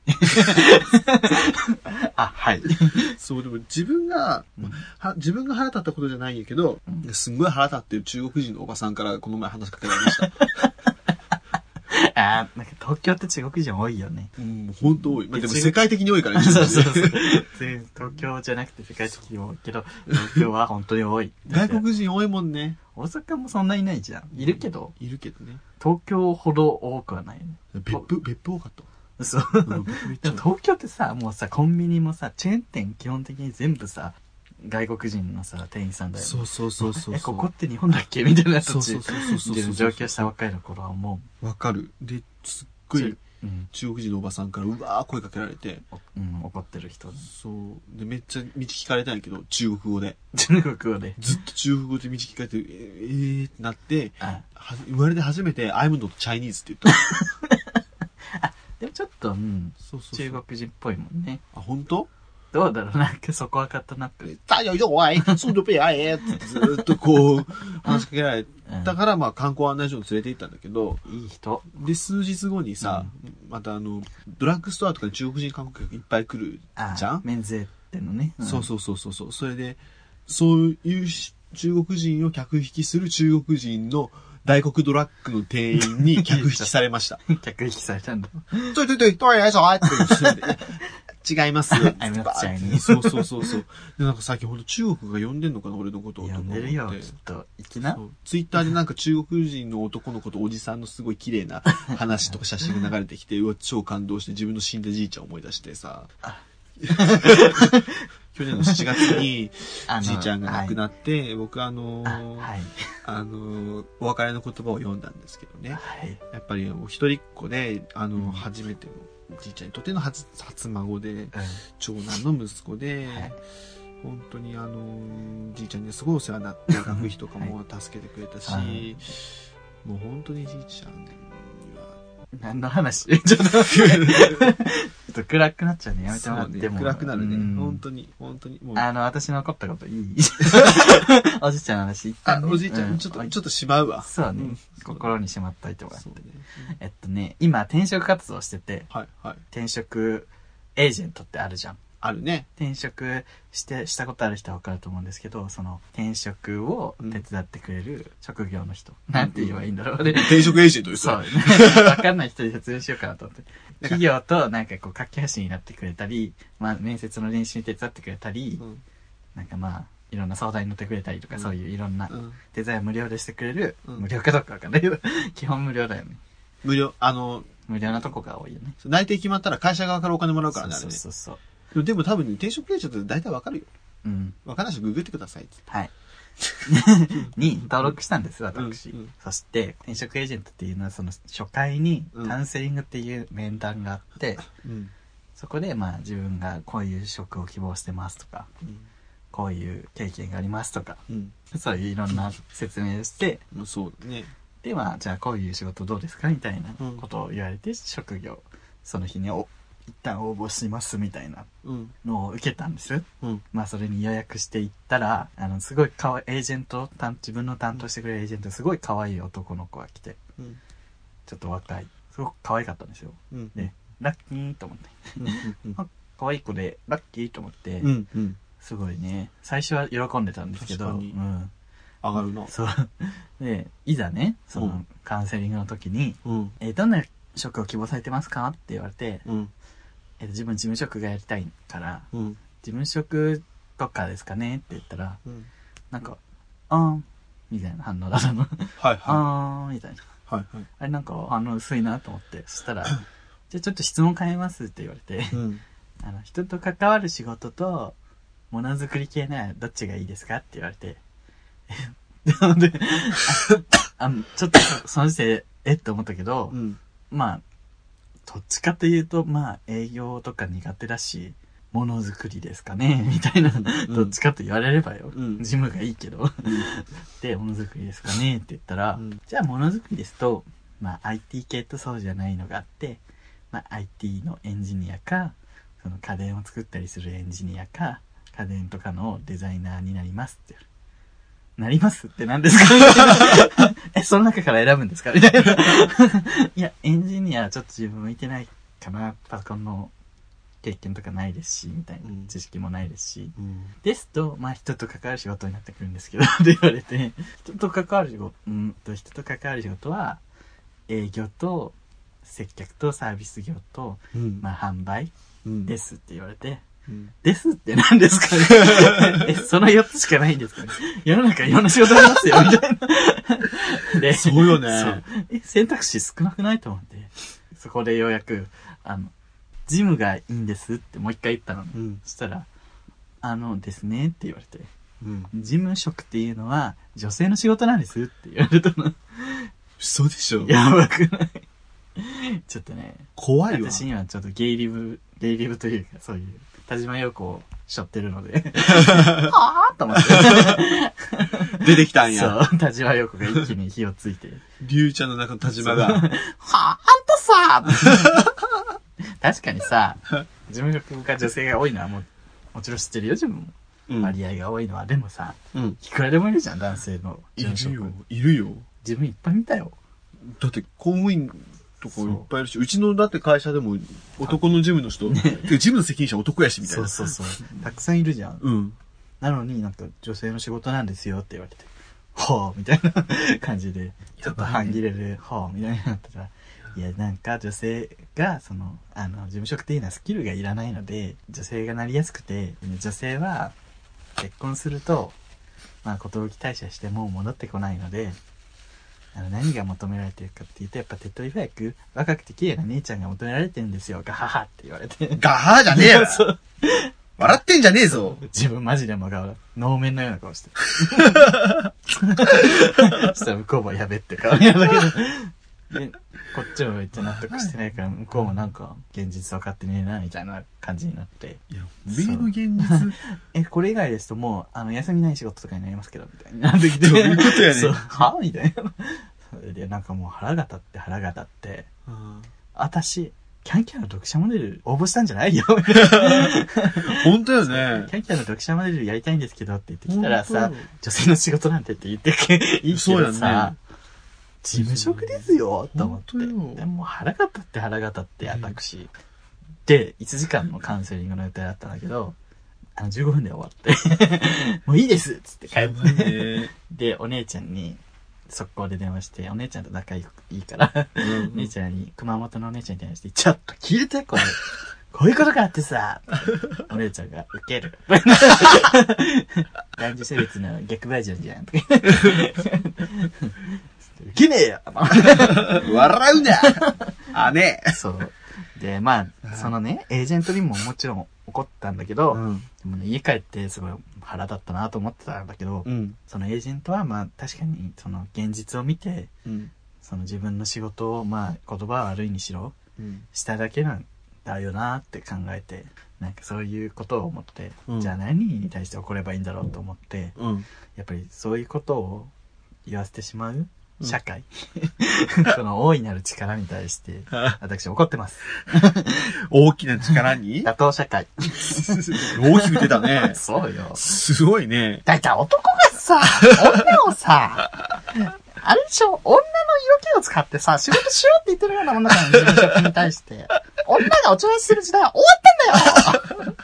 Speaker 1: あ、はい。
Speaker 2: そう、でも自分が、まあは自分が腹立ったことじゃないんやけど、
Speaker 1: う
Speaker 2: すんごい腹立ってる中国人のおばさんからこの前話しかけられました。
Speaker 1: あーなんか東京って中国人多いよ ね。
Speaker 2: うん、本当多い。まあ、でも
Speaker 1: 中
Speaker 2: 世界的に多い からね。
Speaker 1: そうそうそう。全東京じゃなくて世界的にも多いけど、東京は本当に多い。
Speaker 2: 外国人多いもんね。
Speaker 1: 大阪もそんないないじゃん。いるけど、
Speaker 2: いるけどね。
Speaker 1: 東京ほど多くはないよね。
Speaker 2: 別府、別府多かった。
Speaker 1: そう。
Speaker 2: うん別府行っち
Speaker 1: で
Speaker 2: ゃっ
Speaker 1: も
Speaker 2: た
Speaker 1: 東京ってさ、もうさ、コンビニもさ、チェーン店基本的に全部さ、外国人のさ、店員さんだよね。
Speaker 2: そうそうそうそうそう。
Speaker 1: え、ここって日本だっけみたいなやつ
Speaker 2: そうそうそうそうそう
Speaker 1: で上京した若いの頃はも
Speaker 2: わかる。で、すっ
Speaker 1: う、
Speaker 2: ごい
Speaker 1: うん、
Speaker 2: 中国人のおばさんからうわー声かけられて、
Speaker 1: おうん、怒ってる人。
Speaker 2: そう。で、めっちゃ道聞かれたんやけど、中国語で。
Speaker 1: 中国語で。
Speaker 2: ずっと中国語で道聞かれて、えー、えーってなって、
Speaker 1: あ、
Speaker 2: は生まれて初めて、I'm not Chinese って言った。
Speaker 1: でもちょっと、うん、
Speaker 2: そうそうそう
Speaker 1: 中国人っぽいもんね。
Speaker 2: あ、本当？
Speaker 1: どうだろうなんかそこはカットナップ。
Speaker 2: 太陽弱い、 そんどペアえってずーっとこう、話しかけられ
Speaker 1: うん
Speaker 2: たから、まあ観光案内所に連れて行ったんだけど、
Speaker 1: いい人。
Speaker 2: で、数日後にさ、またあの、ドラッグストアとかに中国人観光客いっぱい来る
Speaker 1: あ、
Speaker 2: じゃん、
Speaker 1: 免税ってのね。
Speaker 2: そうそうそうそうそう。それで、そういうし中国人を客引きする中国人の大黒ドラッグの店員に客引きされました。
Speaker 1: うん。客引きされたんだ。
Speaker 2: ちょいちょいちょい、トイレでしょって言 って違います。
Speaker 1: I'm not Chinese
Speaker 2: そうそうそうそう。で、なんか最近ほんと中国が呼んでんのかな、俺のことを。
Speaker 1: 呼んでるよ
Speaker 2: と、思っ
Speaker 1: き
Speaker 2: て
Speaker 1: っと。行きな
Speaker 2: そ。うツイッターでなんか中国人の男の子とおじさんのすごい綺麗な話とか写真が流れてきて、うわ、超感動して自分の死んだじいちゃんを思い出してさ。去年の7月に
Speaker 1: あの
Speaker 2: じいちゃんが亡く
Speaker 1: っ
Speaker 2: なって、僕あの
Speaker 1: た。あ
Speaker 2: ー
Speaker 1: はい。
Speaker 2: あのーお別れの言葉を読んだんですけどね。
Speaker 1: はい。
Speaker 2: やっぱりお一人っ子で、あのー
Speaker 1: うん
Speaker 2: 初めての、じいちゃんにとっての初初孫で、
Speaker 1: うん
Speaker 2: 長男の息子で、
Speaker 1: はい
Speaker 2: 本当にあのーじいちゃんにはすごいお世話にな って学費とかも助けてくれたし、
Speaker 1: はい
Speaker 2: もう本当にじいちゃんに
Speaker 1: 何の話ちょっと待って、ち
Speaker 2: は
Speaker 1: ょっと暗くなっちゃう ね。やめてもら
Speaker 2: そ
Speaker 1: っ
Speaker 2: う
Speaker 1: て
Speaker 2: ね
Speaker 1: も。
Speaker 2: 暗くなるね、
Speaker 1: うん
Speaker 2: 本当に本当にもう
Speaker 1: あの、私の怒ったことい いおじいちゃんの話、一
Speaker 2: あ
Speaker 1: 旦ね、
Speaker 2: おじいちゃん、
Speaker 1: う
Speaker 2: ちょっと
Speaker 1: ょ
Speaker 2: ち
Speaker 1: っ
Speaker 2: ょっとしまうわ
Speaker 1: そうね、
Speaker 2: うん
Speaker 1: 心にしまっといてもらって
Speaker 2: そう。ね
Speaker 1: えっとね、今、転職活動してて、
Speaker 2: はいはい
Speaker 1: 転職エージェントってあるじゃん。
Speaker 2: あるね
Speaker 1: 転職して、したことある人はわかると思うんですけど、その、転職を手伝ってくれる職業の人。なんて言えばいいんだろうね。
Speaker 2: 転職エージェントです
Speaker 1: そう
Speaker 2: よ
Speaker 1: ね。 わかんない人に説明しようかなと思って。企業となんかこう、架け橋になってくれたり、まあ、面接の練習に手伝ってくれたり、
Speaker 2: うん
Speaker 1: なんかまあ、いろんな相談に乗ってくれたりとか、
Speaker 2: うん
Speaker 1: そういういろんな
Speaker 2: うん
Speaker 1: デザインを無料でしてくれる、
Speaker 2: うん
Speaker 1: 無料かどうかわかんないけど、 基本無料だよね。
Speaker 2: 無料あの
Speaker 1: 無料なとこが多いよね。
Speaker 2: 内定決まったら会社側からお金もらうからねあれ
Speaker 1: そう
Speaker 2: ね
Speaker 1: そうそう。
Speaker 2: でもでも多分ね転職エージェントって大体わかるよ
Speaker 1: うん。
Speaker 2: わかんない人ググってくださいっつって
Speaker 1: はい。に登録したんです、私。
Speaker 2: うんうん
Speaker 1: そして、転職エージェントっていうのは、その初回に
Speaker 2: うん
Speaker 1: カウンセリングっていう面談があって、
Speaker 2: うん
Speaker 1: そこでまあ自分がこういう職を希望してますとか、こういう経験がありますとか、
Speaker 2: うん
Speaker 1: そういういろんな説明をして、
Speaker 2: まあそうだね
Speaker 1: でまあじゃあこういう仕事どうですかみたいな
Speaker 2: うん
Speaker 1: ことを言われて、職業、その日にお一旦応募しますみたいな
Speaker 2: うん
Speaker 1: のを受けたんです。
Speaker 2: うん
Speaker 1: まあそれに予約していったら、あの、すごいかわいエージェント、担自分の担当してくれるエージェント、すごい可愛い男の子が来て、
Speaker 2: うん
Speaker 1: ちょっと若い。すごく可愛かったんですよ。
Speaker 2: うん
Speaker 1: ねラッキーと思って。 可愛い子で、ラッキーと思って、
Speaker 2: うんうん
Speaker 1: すごいね。最初は喜んでたんですけど、
Speaker 2: 確かに
Speaker 1: うん。
Speaker 2: 上がるな
Speaker 1: そう。 で、いざね、そうの
Speaker 2: ん、
Speaker 1: カウンセリングの時に、
Speaker 2: うん
Speaker 1: えーどんな職を希望されてますかって言われて、
Speaker 2: うん
Speaker 1: えー自分事務職がやりたいから、
Speaker 2: うん
Speaker 1: 事務職とかですかねって言ったら、
Speaker 2: うん
Speaker 1: なんか、あーん、みたいな反応だったの。
Speaker 2: はいは
Speaker 1: あーん、みたいな。
Speaker 2: いはいはい
Speaker 1: あれなんか反応薄いなと思って、そした ら、じゃあちょっと質問変えますって言われて、
Speaker 2: うん
Speaker 1: あの、人と関わる仕事と、ものづくり系ならどっちがいいですかって言われて。 なので、ああのちょっとその時点で、えって思ったけど、
Speaker 2: うん
Speaker 1: まあ、どっちかというと、まあ、営業とか苦手だし、ものづくりですかねみたいな、
Speaker 2: う ん
Speaker 1: どっちかと言われればよ。
Speaker 2: うん
Speaker 1: ジムがいいけど。で、ものづくりですかねって言ったら、
Speaker 2: うん
Speaker 1: じゃあものづくりですと、まあ IT 系とそうじゃないのがあって、まあ IT のエンジニアか、その家電を作ったりするエンジニアか、家電とかのデザイナーになりますって。なりますって何です かえ、その中から選ぶんですかみた いな。いや、エンジニアはちょっと自分向いてないかな。パソコンの経験とかないですし、みたいな
Speaker 2: うん。
Speaker 1: 知識もないですし。
Speaker 2: うん
Speaker 1: ですと、まあ人と関わる仕事になってくるんですけど、 って言われて、人と関わる仕事、うんと、人と関わる仕事は、営業と、接客とサービス業と、
Speaker 2: うん
Speaker 1: まあ販売
Speaker 2: うん
Speaker 1: ですって言われて、
Speaker 2: うん
Speaker 1: ですって何ですかね え、その4つしかないんですかね世の中いろんな仕事ありますよ、みたい な。で、
Speaker 2: そうよ
Speaker 1: そ
Speaker 2: ね
Speaker 1: うえ、選択肢少なくないと思って、そこでようやく、あの、ジムがいいんですってもう一回言ったのね。
Speaker 2: うん
Speaker 1: そしたら、あのですねって言われて、
Speaker 2: うん。
Speaker 1: 事務職っていうのは女性の仕事なんですって言われたの。
Speaker 2: 嘘でしょ
Speaker 1: やばくないちょっとね、
Speaker 2: 怖いわ。
Speaker 1: 私にはちょっとゲイリブ、ゲイリブというかそういう田島陽子を背負ってるので、 はぁと思って。
Speaker 2: 出てきたんや。
Speaker 1: そう、田島陽子が一気に火をついて。
Speaker 2: りゅうちゃんの中の田島が。
Speaker 1: はぁ、あんたさ 確かにさ、事務職が女性が多いのはもう、もちろん知ってるよ、自分も。
Speaker 2: うん
Speaker 1: 割合が多いのは。でもさ、
Speaker 2: うん。
Speaker 1: いくらでもいるじゃん、男性の
Speaker 2: い
Speaker 1: 事務職
Speaker 2: るよ。いるよ。
Speaker 1: 自分いっぱい見たよ。
Speaker 2: だって公務員とかいっぱいいるし、うちのだって会社でも男のジムの人、てかジムの責任者男やしみたい
Speaker 1: そう
Speaker 2: な。
Speaker 1: そうそう。 たくさんいるじゃん。
Speaker 2: うん。
Speaker 1: なのになんか女性の仕事なんですよって言われて、はぁ、みたいな 感じで、ちょっと半切れる、はぁ、みたいになったら、いや、なんか女性が、その、あの、事務職っていうのはスキルがいらないので、女性がなりやすくて、女性は結婚すると、まあ、寿退社してもう戻ってこないので、あの、何が求められてるかっていうと、やっぱ手っ取り早く、若くて綺麗な姉ちゃんが求められてるんですよ、ガハハって言われて。
Speaker 2: ガハーじゃねえよ
Speaker 1: そう
Speaker 2: 笑ってんじゃねえぞ
Speaker 1: 自分マジで真顔だ。能面のような顔 してる。そしたら向こうもやべって顔やだけど。で、こっちもめっちゃ納得してないから、向こうもなんか、現実分かってねえな、みたいな感じになって。
Speaker 2: いや、お
Speaker 1: そう
Speaker 2: めえの現 実。
Speaker 1: え、これ以外ですともう、あの、休みない仕事とかになりますけど、みたいになってきて。
Speaker 2: どういうことやねん
Speaker 1: そうはみたいな。それで、なんかもう腹が立って腹が立って、私、キャンキャンの読者モデル応募したんじゃないよ、みたいな。
Speaker 2: 本当よね
Speaker 1: キ。ャンキャンの読者モデルやりたいんですけどって言ってきたらさ
Speaker 2: 本当よ、
Speaker 1: 女性の仕事なんてって言ってけ、いいけ
Speaker 2: そうや
Speaker 1: ど
Speaker 2: んね
Speaker 1: さ、事務職ですよ、と思って。
Speaker 2: 本当よ
Speaker 1: でも腹が立って腹が立って、
Speaker 2: うん
Speaker 1: 私。で、1時間のカウンセリングの予定だったんだけど、あの、15分で終わって、 もういいですっつって帰
Speaker 2: や
Speaker 1: っ
Speaker 2: ばい
Speaker 1: て。
Speaker 2: ね。
Speaker 1: で、お姉ちゃんに、速攻で電話して、お姉ちゃんと仲いいいいから、
Speaker 2: うん
Speaker 1: 姉ちゃんに、熊本のお姉ちゃんに電話して、ちょっと聞いて、 これ。こういうことがあってさ、 お姉ちゃんが、ウケる。 男女性別の逆バージョンじゃん。とか言ってウケねえよ
Speaker 2: 笑うな姉
Speaker 1: そう。で、まあ、そのね、エージェントにももちろん怒ったんだけど、
Speaker 2: ん。
Speaker 1: でもね家帰ってすごい腹立ったなと思ってたんだけど、
Speaker 2: うん。
Speaker 1: そのエージェントはまあ確かにその現実を見て、
Speaker 2: うん。
Speaker 1: その自分の仕事をまあ言葉は悪いにしろ、
Speaker 2: うん。
Speaker 1: しただけなんだよなって考えてなんかそういうことを思って、
Speaker 2: うん
Speaker 1: じゃあ何に対して怒ればいいんだろうと思って
Speaker 2: うん。
Speaker 1: やっぱりそういうことを言わせてしまう
Speaker 2: うん
Speaker 1: 社会、 その大いなる力に対 して私怒ってます
Speaker 2: 大きな 力に
Speaker 1: 打倒社 会。
Speaker 2: 大きく出たね
Speaker 1: そうよ
Speaker 2: すごいね。
Speaker 1: だいたい男がさ女を さあれでしょ女の色気を使ってさ、仕事しようって言ってるような女からの事務職に対して、女がお調子する時代は終わったんだよ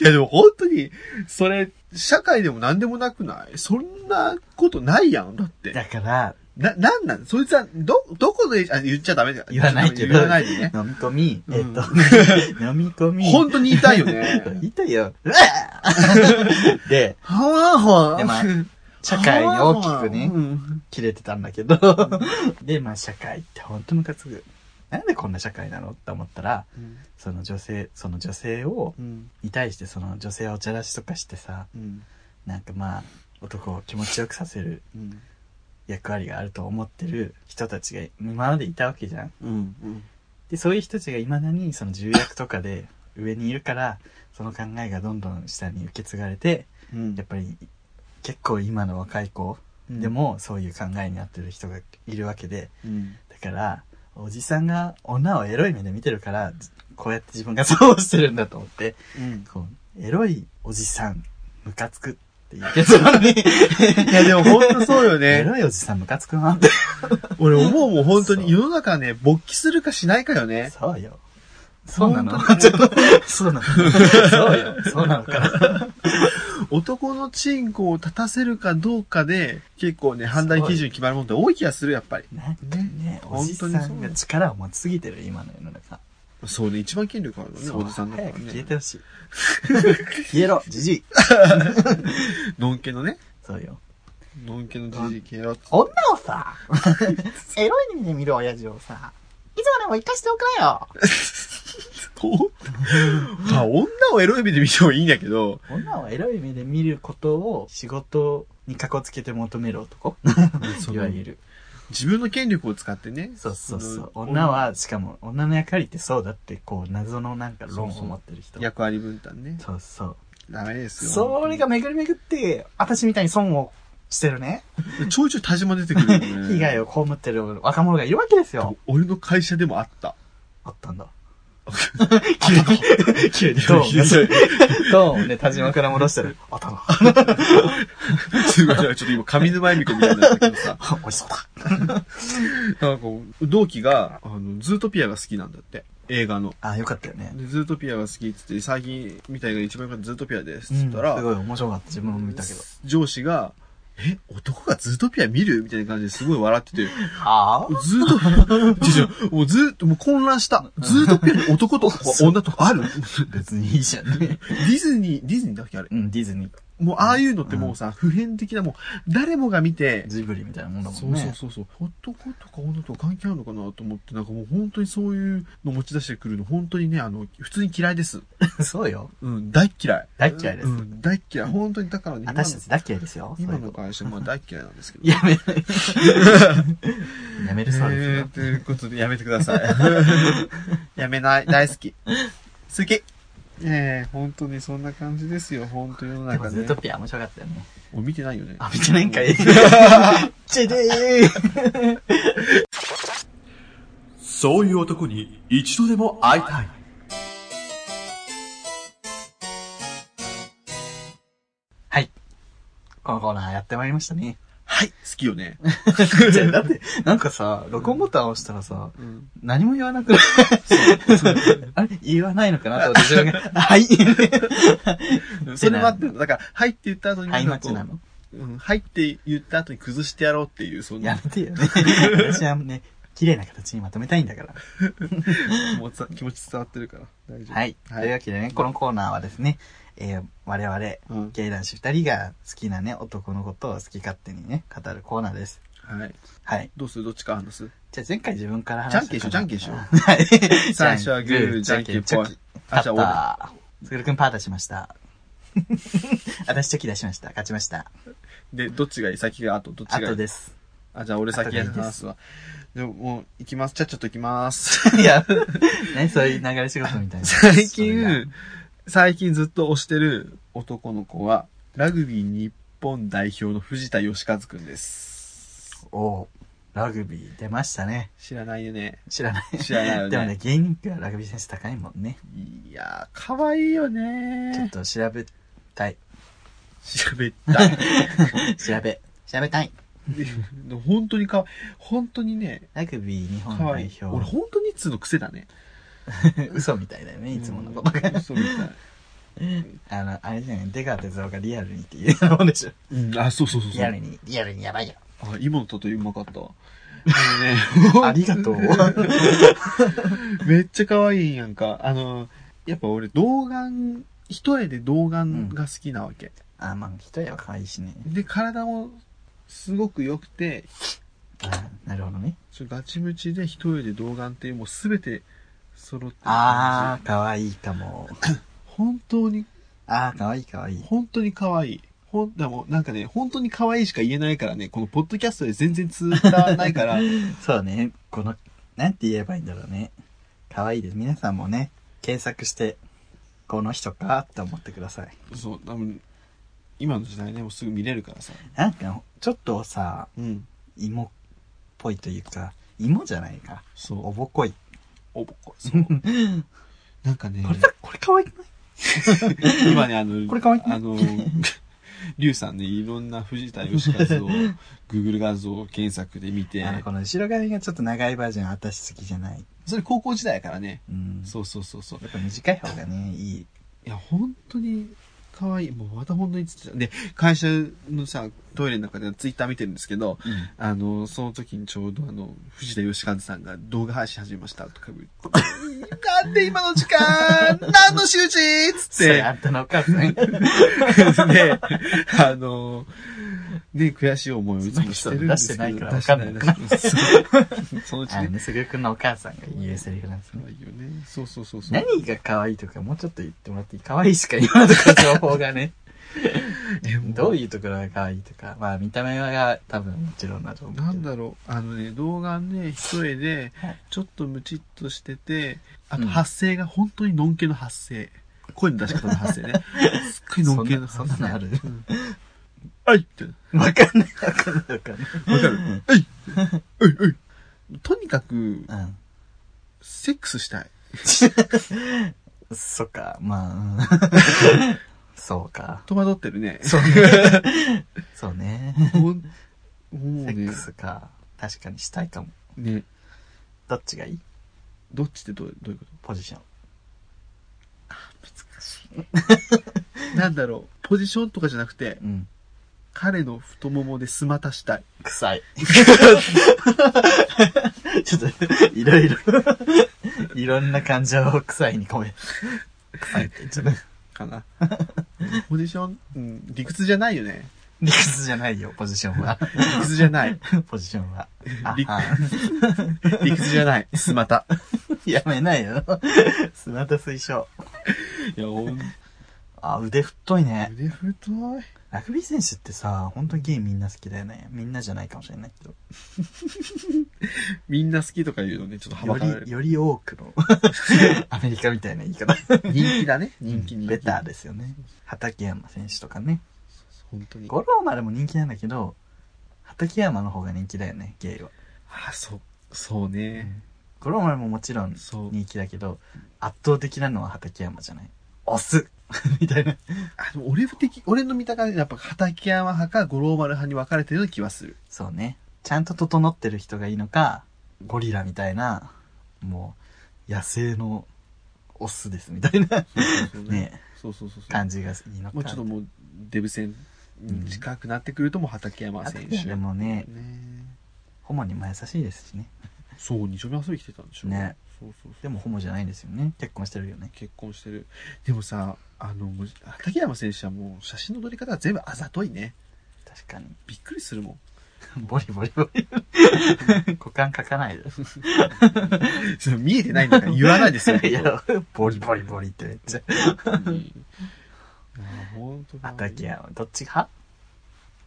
Speaker 2: いやでも本当に、それ、社会でも何でもなくないそんなことないやん、だって。
Speaker 1: だから、
Speaker 2: な、なんなんそいつは、ど、どこで、あ、言っちゃダメだよ。
Speaker 1: 言わないけど
Speaker 2: 言わない でね。
Speaker 1: 飲み込み、
Speaker 2: うん
Speaker 1: えっと、 飲み込み。
Speaker 2: 本当に痛いよ ね。
Speaker 1: いたよ。うわ ぁで、
Speaker 2: はわは
Speaker 1: でまあ社会に大きくね
Speaker 2: う、ん
Speaker 1: 切れてたんだけど、で、まあ社会って本当ムカつく。なんでこんな社会なのって思ったら、その女性、その女性を、
Speaker 2: うん。
Speaker 1: に対してその女性はお茶出しとかしてさ、
Speaker 2: うん。
Speaker 1: なんかまあ、男を気持ちよくさせる
Speaker 2: うん。
Speaker 1: 役割があると思ってる人たちが今までいたわけじゃん。
Speaker 2: うん。
Speaker 1: で、そういう人たちが未だにその重役とかで上にいるから、その考えがどんどん下に受け継がれて、
Speaker 2: うん
Speaker 1: やっぱり結構今の若い子で、もそういう考えになってる人がいるわけで、
Speaker 2: うん。
Speaker 1: だから、おじさんが女をエロい目で見てるから、こうやって自分がそうしてるんだと思って、
Speaker 2: うん。
Speaker 1: こう、エロいおじさん、ムカつくって言ってたのに、
Speaker 2: いやでも本当そう よ
Speaker 1: エ
Speaker 2: ね。
Speaker 1: ロいおじさんムカつくなって。
Speaker 2: 俺思うもん本
Speaker 1: そ
Speaker 2: 当
Speaker 1: う
Speaker 2: に世の中ね、勃起するかしないかよね。
Speaker 1: そうよ。そうなの
Speaker 2: 本当
Speaker 1: ちょっ
Speaker 2: に
Speaker 1: と、そう なのそうよ。そうなのかな。
Speaker 2: 男のチンコを立たせるかどうかで、結構ね、判断基準決まるもんって多い気がする、やっぱり。
Speaker 1: ね
Speaker 2: ね
Speaker 1: ねお
Speaker 2: 本
Speaker 1: じさ
Speaker 2: 当にそうん
Speaker 1: が力を持ちすぎてる今の世の中
Speaker 2: そうね、一番権力あるのね、
Speaker 1: そう
Speaker 2: おじさんだから
Speaker 1: 早く消え
Speaker 2: ね
Speaker 1: て。ほし い消えろじじい
Speaker 2: のんけのね、
Speaker 1: そうよ
Speaker 2: のんけのじじい系は。
Speaker 1: 女をさエロい目で見る親父をさいつまでも生かしておくなよ
Speaker 2: と、まあ、女をエロい目で見てもいいんだけど、
Speaker 1: 女をエロい目で見ることを仕事にかこつけて求める男いわゆる。
Speaker 2: 自分の権力を使ってね、
Speaker 1: そうそうそう。
Speaker 2: うん
Speaker 1: 女は、しかも女の役割ってそうだって、こう、謎のなんか論を持ってる人。
Speaker 2: 役割分担ね。
Speaker 1: そうそう。
Speaker 2: ダメですよ。
Speaker 1: それが巡り巡って、私みたいに損をしてるね、
Speaker 2: ちょいちょい田島出てくるよ ね。
Speaker 1: 被害を被ってる若者がいるわけですよ。
Speaker 2: 俺の会社でもあった。
Speaker 1: あったんだ。
Speaker 2: 綺麗に
Speaker 1: どう
Speaker 2: 綺麗に
Speaker 1: ドーンで田島から戻したら、あったな。
Speaker 2: すいませんちょっと今、上沼恵美子みたいになったけどさ、
Speaker 1: 美味しそうだ。
Speaker 2: なんかこう、同期が、あの、ズートピアが好きなんだって。映画の。
Speaker 1: あ、よかったよね。
Speaker 2: で、ズートピアが好きっつって、最近みたいが一番良かったズートピアです。
Speaker 1: う
Speaker 2: っ
Speaker 1: ん
Speaker 2: つったら、
Speaker 1: すごい面白かった。自分も見たけど。
Speaker 2: 上司が、え、男がズートピア見るみたいな感じですごい笑ってて、
Speaker 1: あ
Speaker 2: ずーっと、違う違うもうずーっと、もう混乱した。ずーっとピアに男とか女とかある
Speaker 1: 別にいいじゃんね。
Speaker 2: ディズニー、ディズニーだっけあれ。
Speaker 1: うん、ディズニー、
Speaker 2: もうああいうのってもうさ、普遍的なもう、誰もが見て、
Speaker 1: ジブリみたいなもんだも
Speaker 2: そ
Speaker 1: ん
Speaker 2: う
Speaker 1: ね。
Speaker 2: そうそうそう。男とか女とか関係あるのかなと思って、なんかもう本当にそういうの持ち出してくるの、本当にね、あの、普通に嫌いです。
Speaker 1: そうよ。
Speaker 2: うん、大っ嫌い。
Speaker 1: 大っ嫌いです
Speaker 2: うん、大っ嫌い。本当に、だからね、今
Speaker 1: 私た
Speaker 2: の
Speaker 1: ちだけですよ。
Speaker 2: 今
Speaker 1: そういう
Speaker 2: の
Speaker 1: こ
Speaker 2: 会社、まあ大っ嫌いなんですけど
Speaker 1: と。やめ、 やめるそうです
Speaker 2: え
Speaker 1: よ
Speaker 2: ー、。ということで、やめてくだ さい。やめない。大好き。好き。ええ本当にそんな感じですよ。本当世の
Speaker 1: で
Speaker 2: 中
Speaker 1: も、ズ
Speaker 2: ね
Speaker 1: ート。ピア面白かったよね。
Speaker 2: もう見てないよね。
Speaker 1: あ、見てないんかい。 チェデー
Speaker 3: そういう男に一度でも会いたい。
Speaker 1: はい。このコーナーやってまいりましたね。
Speaker 2: はい。好きよね。
Speaker 1: じゃあだって、なんかさ、録音ボタン押したらさ、
Speaker 2: うん、
Speaker 1: 何も言わなくないあれ言わないのかなと思って自分が、 はい。
Speaker 2: それ待ってるだから、はいって言った後に
Speaker 1: ハイマ
Speaker 2: なん
Speaker 1: ッ
Speaker 2: か
Speaker 1: チ
Speaker 2: こう、
Speaker 1: なの
Speaker 2: うん、はいって言った後に崩してやろうっていう、そん
Speaker 1: や
Speaker 2: な
Speaker 1: めてよね。私はね、綺麗な形にまとめたいんだから。
Speaker 2: 気持ちさ気持ち伝わってるから。大丈夫。
Speaker 1: はい。
Speaker 2: はい
Speaker 1: というわけでね、このコーナーはですね、えー我々、
Speaker 2: うん。
Speaker 1: 芸男子二人が好きなね、男のことを好き勝手にね、語るコーナーです。
Speaker 2: はい。
Speaker 1: はい。
Speaker 2: どうするどっちか話す
Speaker 1: じゃあ前回自分から話
Speaker 2: じゃんけんしよ
Speaker 1: たか
Speaker 2: うじゃんけんしよう
Speaker 1: なはい。
Speaker 2: 最初はグー、じゃんけんぽい
Speaker 1: チョキ。
Speaker 2: あ、
Speaker 1: 勝
Speaker 2: じゃ
Speaker 1: っ
Speaker 2: あ
Speaker 1: た。すぐるくんパー出しました。 私チョキ出しました。勝ちました。
Speaker 2: 俺。で、どっちがいい先が後、どっち
Speaker 1: あ
Speaker 2: がい
Speaker 1: と
Speaker 2: い
Speaker 1: です。
Speaker 2: あ、じゃあ俺先
Speaker 1: 後がいいです
Speaker 2: 話すわ。じゃあもう、行きます。ちゃっちゃと行きます。
Speaker 1: いや、 何そういう流れ仕事みたいな。
Speaker 2: 最
Speaker 1: それが
Speaker 2: 近、最近ずっと推してる男の子は、ラグビー日本代表の藤田義和くんです。
Speaker 1: おうラグビー出ましたね。
Speaker 2: 知らないよね。
Speaker 1: 知らない。
Speaker 2: 知らないよね
Speaker 1: でもね、芸人ってラグビー選手高いもんね。
Speaker 2: いやー、可愛いよ
Speaker 1: ちょっ
Speaker 2: ね
Speaker 1: と調べたい。
Speaker 2: ー。調べた い。
Speaker 1: 調べ、調べたい。
Speaker 2: で本当にか、本当にね、
Speaker 1: ラグビー日本
Speaker 2: 可
Speaker 1: 代
Speaker 2: 愛い。俺
Speaker 1: 表。
Speaker 2: 本当にいつの癖だね。
Speaker 1: 嘘みたいだよね、いつものことが。
Speaker 2: うんそうみたい。
Speaker 1: あの、あれじゃない、出川哲朗がリアルにって言うもんでしょ。
Speaker 2: うん、あ、そうそうそうそ
Speaker 1: リアル
Speaker 2: う。
Speaker 1: に、リアルにやばいよ。
Speaker 2: あ、今の例えうまかったわ。あのね
Speaker 1: ありがとう。
Speaker 2: めっちゃ可愛いやんか。あの、やっぱ俺、童顔、一重で童顔が好きなわけ。
Speaker 1: あ、まあ、一重は可愛いしね。
Speaker 2: で、体もすごく良くて、
Speaker 1: あなるほどね。
Speaker 2: ちょガチムチで一重で童顔っていう、もうすべて揃ってる
Speaker 1: あー、
Speaker 2: 感
Speaker 1: 可愛いかも。
Speaker 2: じ。本当に、
Speaker 1: あー、可愛い可愛い。
Speaker 2: 本当に可愛い。ほん、でもなんかね、本当に可愛いしか言えないからね、このポッドキャストで全然伝わらな いから、
Speaker 1: そうね、この、なんて言えばいいんだろうね。可愛いです。皆さんもね、検索して、この人かって思ってください。
Speaker 2: そう、多分、今の時代ね、もうすぐ見れるからさ。
Speaker 1: なんか、ちょっとさ、
Speaker 2: うん。
Speaker 1: 芋っぽいというか、芋じゃないか。
Speaker 2: そう。
Speaker 1: おぼこい。
Speaker 2: おぼこ、そう。 なんかね、
Speaker 1: これだ、これ可愛くない
Speaker 2: 今ね、あの、
Speaker 1: これ可愛くない
Speaker 2: あの、 リュウさんね、いろんな藤田義和を、Google 画像検索で見て
Speaker 1: あ、の、この後ろ髪がちょっと長いバージョン、私好きじゃない。
Speaker 2: それ高校時代やからね。
Speaker 1: うん。
Speaker 2: そうそうそうそう。
Speaker 1: やっぱ短い方がね、いい。
Speaker 2: いや、本当に、可愛い。もうまた本当につってた。で、会社のさ、トイレの中でツイッター見てるんですけど、
Speaker 1: うん
Speaker 2: あの、その時にちょうどあの、藤田義和さんが動画配信始めましたとか言ってなんで今の時間何の周知つっ
Speaker 1: それ
Speaker 2: て
Speaker 1: あ、んたのお母さん が
Speaker 2: ね、あのね、悔しい思いをいつもしてるんですけど。
Speaker 1: 出してないから分かんないな
Speaker 2: 出してない なそのうち
Speaker 1: あの
Speaker 2: ね。
Speaker 1: ね、すぐるくんのお母さんが言うセリフなんですね
Speaker 2: 可。愛いよね。そうそうそうそう。
Speaker 1: 何が可愛いとかもうちょっと言ってもらっていい可愛いしか今のところ情報が ね。
Speaker 2: えもう
Speaker 1: どういうところが可愛いとか、まあ見た目が多分もちろんだと思うけど。
Speaker 2: なんだろう、あのね、動画ね、一重で
Speaker 1: はい、
Speaker 2: ちょっとムチっとしてて、あ
Speaker 1: う
Speaker 2: と
Speaker 1: ん
Speaker 2: 発声が本当にのんけの発声。声の出し方の発 声ね。すっごいのんけの発声。
Speaker 1: そんなそんなのある
Speaker 2: うんはいって。
Speaker 1: わかんない。わかんない。わかんない。
Speaker 2: わかるはいはいはいとにかく、
Speaker 1: うん。
Speaker 2: セックスしたい。
Speaker 1: そっか、ま あ、うんそうか。
Speaker 2: 戸惑ってるね。
Speaker 1: そうね。そうね。
Speaker 2: ほんもう
Speaker 1: セッ
Speaker 2: ね
Speaker 1: ク、スか。確かにしたいかも。
Speaker 2: ね、
Speaker 1: どっちがいい
Speaker 2: どっちってどうどういうこ
Speaker 1: ポジション。
Speaker 2: となんだろう、ポジションとかじゃなくて、
Speaker 1: うん。
Speaker 2: 彼の太ももでスマタしたい。
Speaker 1: 臭い。 ちょっと、いろいろ、いろんな感情を臭いに込め。臭いって言っちゃった。
Speaker 2: か な。ポジション、うん、理屈じゃないよね。
Speaker 1: 理屈じゃないよ、ポジションは。
Speaker 2: 理屈じゃない。
Speaker 1: ポジションは。あ
Speaker 2: 理
Speaker 1: は
Speaker 2: 理屈じゃない。スマタ。
Speaker 1: やめないよ。スナタ推奨。
Speaker 2: いや、ほん
Speaker 1: あ、腕太いね。
Speaker 2: 腕太い。
Speaker 1: ラグビー選手ってさ、本当にゲイみんな好きだよね。みんなじゃないかもしれないけど。
Speaker 2: みんな好きとか言うのね、ちょっとはばか
Speaker 1: よ
Speaker 2: れ
Speaker 1: り、
Speaker 2: る。
Speaker 1: より多 くの、アメリカみたいな言い方。
Speaker 2: 人気だね。人気に。
Speaker 1: ベターですよね。畠山選手とかね。
Speaker 2: 本当に。
Speaker 1: 五郎丸も人気なんだけど、畠山の方が人気だよね、ゲイは。
Speaker 2: あ、そう、そうね。
Speaker 1: 五郎丸ももちろん
Speaker 2: そう。
Speaker 1: 人気だけど、圧倒的なのは畠山じゃない。オス みたいな。
Speaker 2: あの、俺的、俺の見た感じでやっぱ、畠山派か五郎丸派に分かれてるような気はする。
Speaker 1: そうね。ちゃんと整ってる人がいいのか、ゴリラみたいな、もう、野生のオスですみたいな、ね、
Speaker 2: そうそうそうそう。
Speaker 1: 感じがいいのか。
Speaker 2: もうちょっともう、デブ戦に近くなってくると、もう畠山選手。
Speaker 1: 畠山もね
Speaker 2: ね
Speaker 1: ホモにも優しいですしね。
Speaker 2: そう、二丁目遊び来てたんでしょ
Speaker 1: ね。
Speaker 2: そうそうそう。
Speaker 1: でもホモじゃないんですよね。結婚してるよね。
Speaker 2: 結婚してる。でもさ、あの、もう畠山選手はもう写真の撮り方が全部あざといね。
Speaker 1: 確かに。
Speaker 2: びっくりするもん。
Speaker 1: ボリボリボリ。股間書かないで。
Speaker 2: それ見えてないんだから 言わないですよ。
Speaker 1: いや、ボリボリボリってめっちゃ。
Speaker 2: 本当に。あー本当だ
Speaker 1: 畠山、どっち派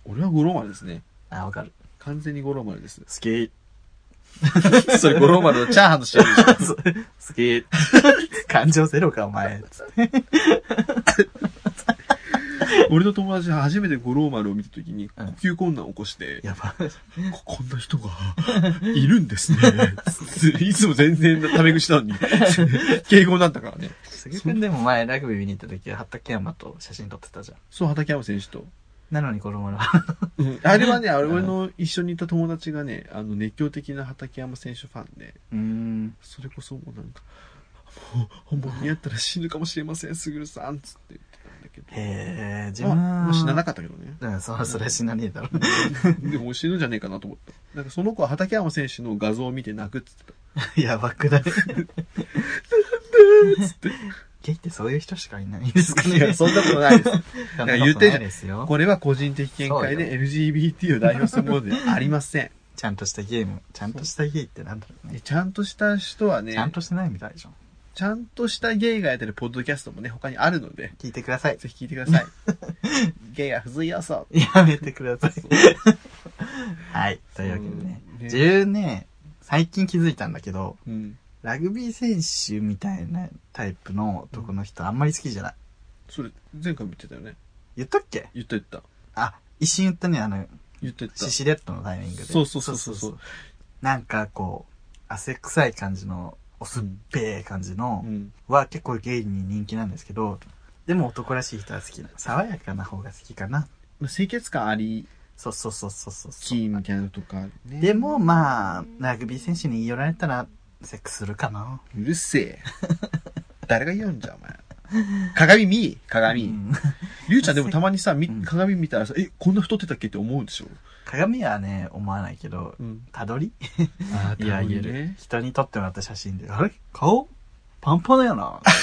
Speaker 2: 俺は五郎丸ですね。
Speaker 1: あ、わかる。
Speaker 2: 完全に五郎丸です。
Speaker 1: 好 き。
Speaker 2: それ五郎丸のチャーハンの試合でしょ
Speaker 1: そう好き。感情ゼロか、お前。つって
Speaker 2: 俺の友達が初めて五郎丸を見た時に呼
Speaker 1: うん
Speaker 2: 吸困難を起こして、
Speaker 1: やば。
Speaker 2: ここんな人が いるんですね。 いつも全然タメ口なのに、 敬語になったからね。
Speaker 1: すぐくんでも前ラグビー見に行った時は畠山と写真撮ってたじゃん。
Speaker 2: そう、畠山選手と。
Speaker 1: なのに子 供の話。
Speaker 2: あれはね、あれ俺の一緒にいた友達がね、あの熱狂的な畠山選手ファンで、
Speaker 1: うーん。
Speaker 2: それこそもうなんか、もう本物にやったら死ぬかもしれません、すぐるさんつって言ってたんだけど。
Speaker 1: へえ、自
Speaker 2: まあ
Speaker 1: 分
Speaker 2: まあ死ななかったけど ね。
Speaker 1: うん、そう、それは死なねえだろ。
Speaker 2: でも死ぬんじゃねえかなと思った。なんかその子は畠山選手の画像を見て泣くっつって
Speaker 1: やばくない
Speaker 2: た。つって。
Speaker 1: ゲイってそういう人しかいないんですかね。
Speaker 2: いや、そんなことないです。
Speaker 1: そん
Speaker 2: い
Speaker 1: な
Speaker 2: や
Speaker 1: こ
Speaker 2: 言っ
Speaker 1: と
Speaker 2: てんじ
Speaker 1: な
Speaker 2: ゃ
Speaker 1: い
Speaker 2: ん
Speaker 1: ですよ。
Speaker 2: これは個人的見解で LGBT を代表するものではありません。
Speaker 1: ちゃんとしたゲーム。ちゃんとしたゲイってなんだろうね
Speaker 2: で。ちゃんとした人はね
Speaker 1: ちゃんとしてないみたいでしょ。
Speaker 2: ちゃんとしたゲイがやってるポッドキャストもね、他にあるので、
Speaker 1: 聞いてください。
Speaker 2: ぜひ聞いてく ださい。ゲイは不随要素。
Speaker 1: やめてください。はい。というわけでね。
Speaker 2: うんね
Speaker 1: 自分ね、最近気づいたんだけど、
Speaker 2: うん。
Speaker 1: ラグビー選手みたいなタイプの男の人あんまり好きじゃない。
Speaker 2: それ、前回も言ってたよね。
Speaker 1: 言っとっけ
Speaker 2: 言った言った。
Speaker 1: あ、一瞬言ったね、あの、
Speaker 2: 言った言った
Speaker 1: シ。シレットのタイミングで。
Speaker 2: そうそうそうそうそう。
Speaker 1: なんかこう、汗臭い感じの、おすっぺー感じの、
Speaker 2: うん。
Speaker 1: は結構ゲイに人気なんですけど、でも男らしい人は好きな。爽やかな方が好きかな。
Speaker 2: まあ清潔感あり
Speaker 1: そうそうそうそうそうそう。
Speaker 2: きみたいなのとか、ね。
Speaker 1: でもまあ、ラグビー選手に言い寄られたら、セックスするかな。
Speaker 2: うるせえ。誰が言うんじゃん、お前。鏡見い鏡。
Speaker 1: うん
Speaker 2: りゅうちゃんでもたまにさ、み
Speaker 1: うん
Speaker 2: 鏡見たらさ、え、こんな太ってたっけって思うでしょ
Speaker 1: 鏡はね、思わないけど、
Speaker 2: うん。
Speaker 1: たどり
Speaker 2: あ
Speaker 1: いや、言える。人に撮ってもらった写真で、あれ顔
Speaker 2: パンパンだよな。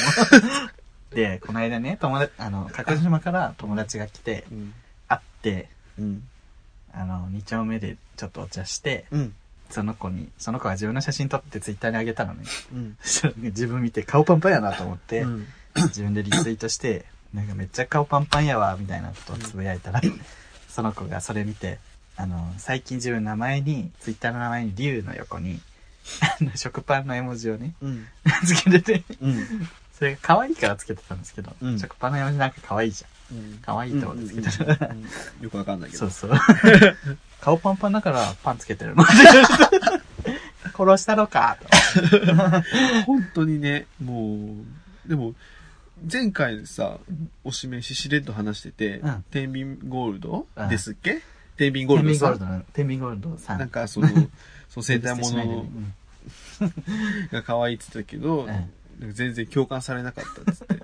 Speaker 1: で、この間ね、友達、あの、角島から友達が来て、
Speaker 2: うん。
Speaker 1: 会って、
Speaker 2: うん。
Speaker 1: あの、2丁目でちょっとお茶して、
Speaker 2: うん。
Speaker 1: その子に、その子が自分の写真撮ってツイッターにあげたのね。
Speaker 2: うん。
Speaker 1: そしたら自分見て顔パンパンやなと思って、
Speaker 2: うん
Speaker 1: 自分でリツイートして、なんかめっちゃ顔パンパンやわ、みたいなことをつぶやいた ら、その子がそれ見て、あの、最近自分の名前に、ツイッターの名前に竜の横に、あの、食パンの絵文字をね、
Speaker 2: うん。
Speaker 1: つけてて、
Speaker 2: うん。
Speaker 1: それが可愛いからつけてたんですけど、
Speaker 2: うん
Speaker 1: 食パンの絵文字なんか可愛いじゃん。可愛いと思ってつけてた。
Speaker 2: うんうんよくわかんないけ
Speaker 1: そ
Speaker 2: ど
Speaker 1: う。 そう。顔パンパンだからパンつけてるの。殺したのか、と。
Speaker 2: 本当にね、もう、でも、前回さ、おしめししれっと話してて、
Speaker 1: うん
Speaker 2: 天秤ゴールド
Speaker 1: うん
Speaker 2: ですっけ天秤ゴー
Speaker 1: 天
Speaker 2: ルド
Speaker 1: 秤ゴール
Speaker 2: さ
Speaker 1: ドの、天秤ゴールドさん。
Speaker 2: なん かその、その戦隊も
Speaker 1: しないでね
Speaker 2: のが可愛いって言ってたけど、
Speaker 1: ん
Speaker 2: なんか全然共感されなかったっつって。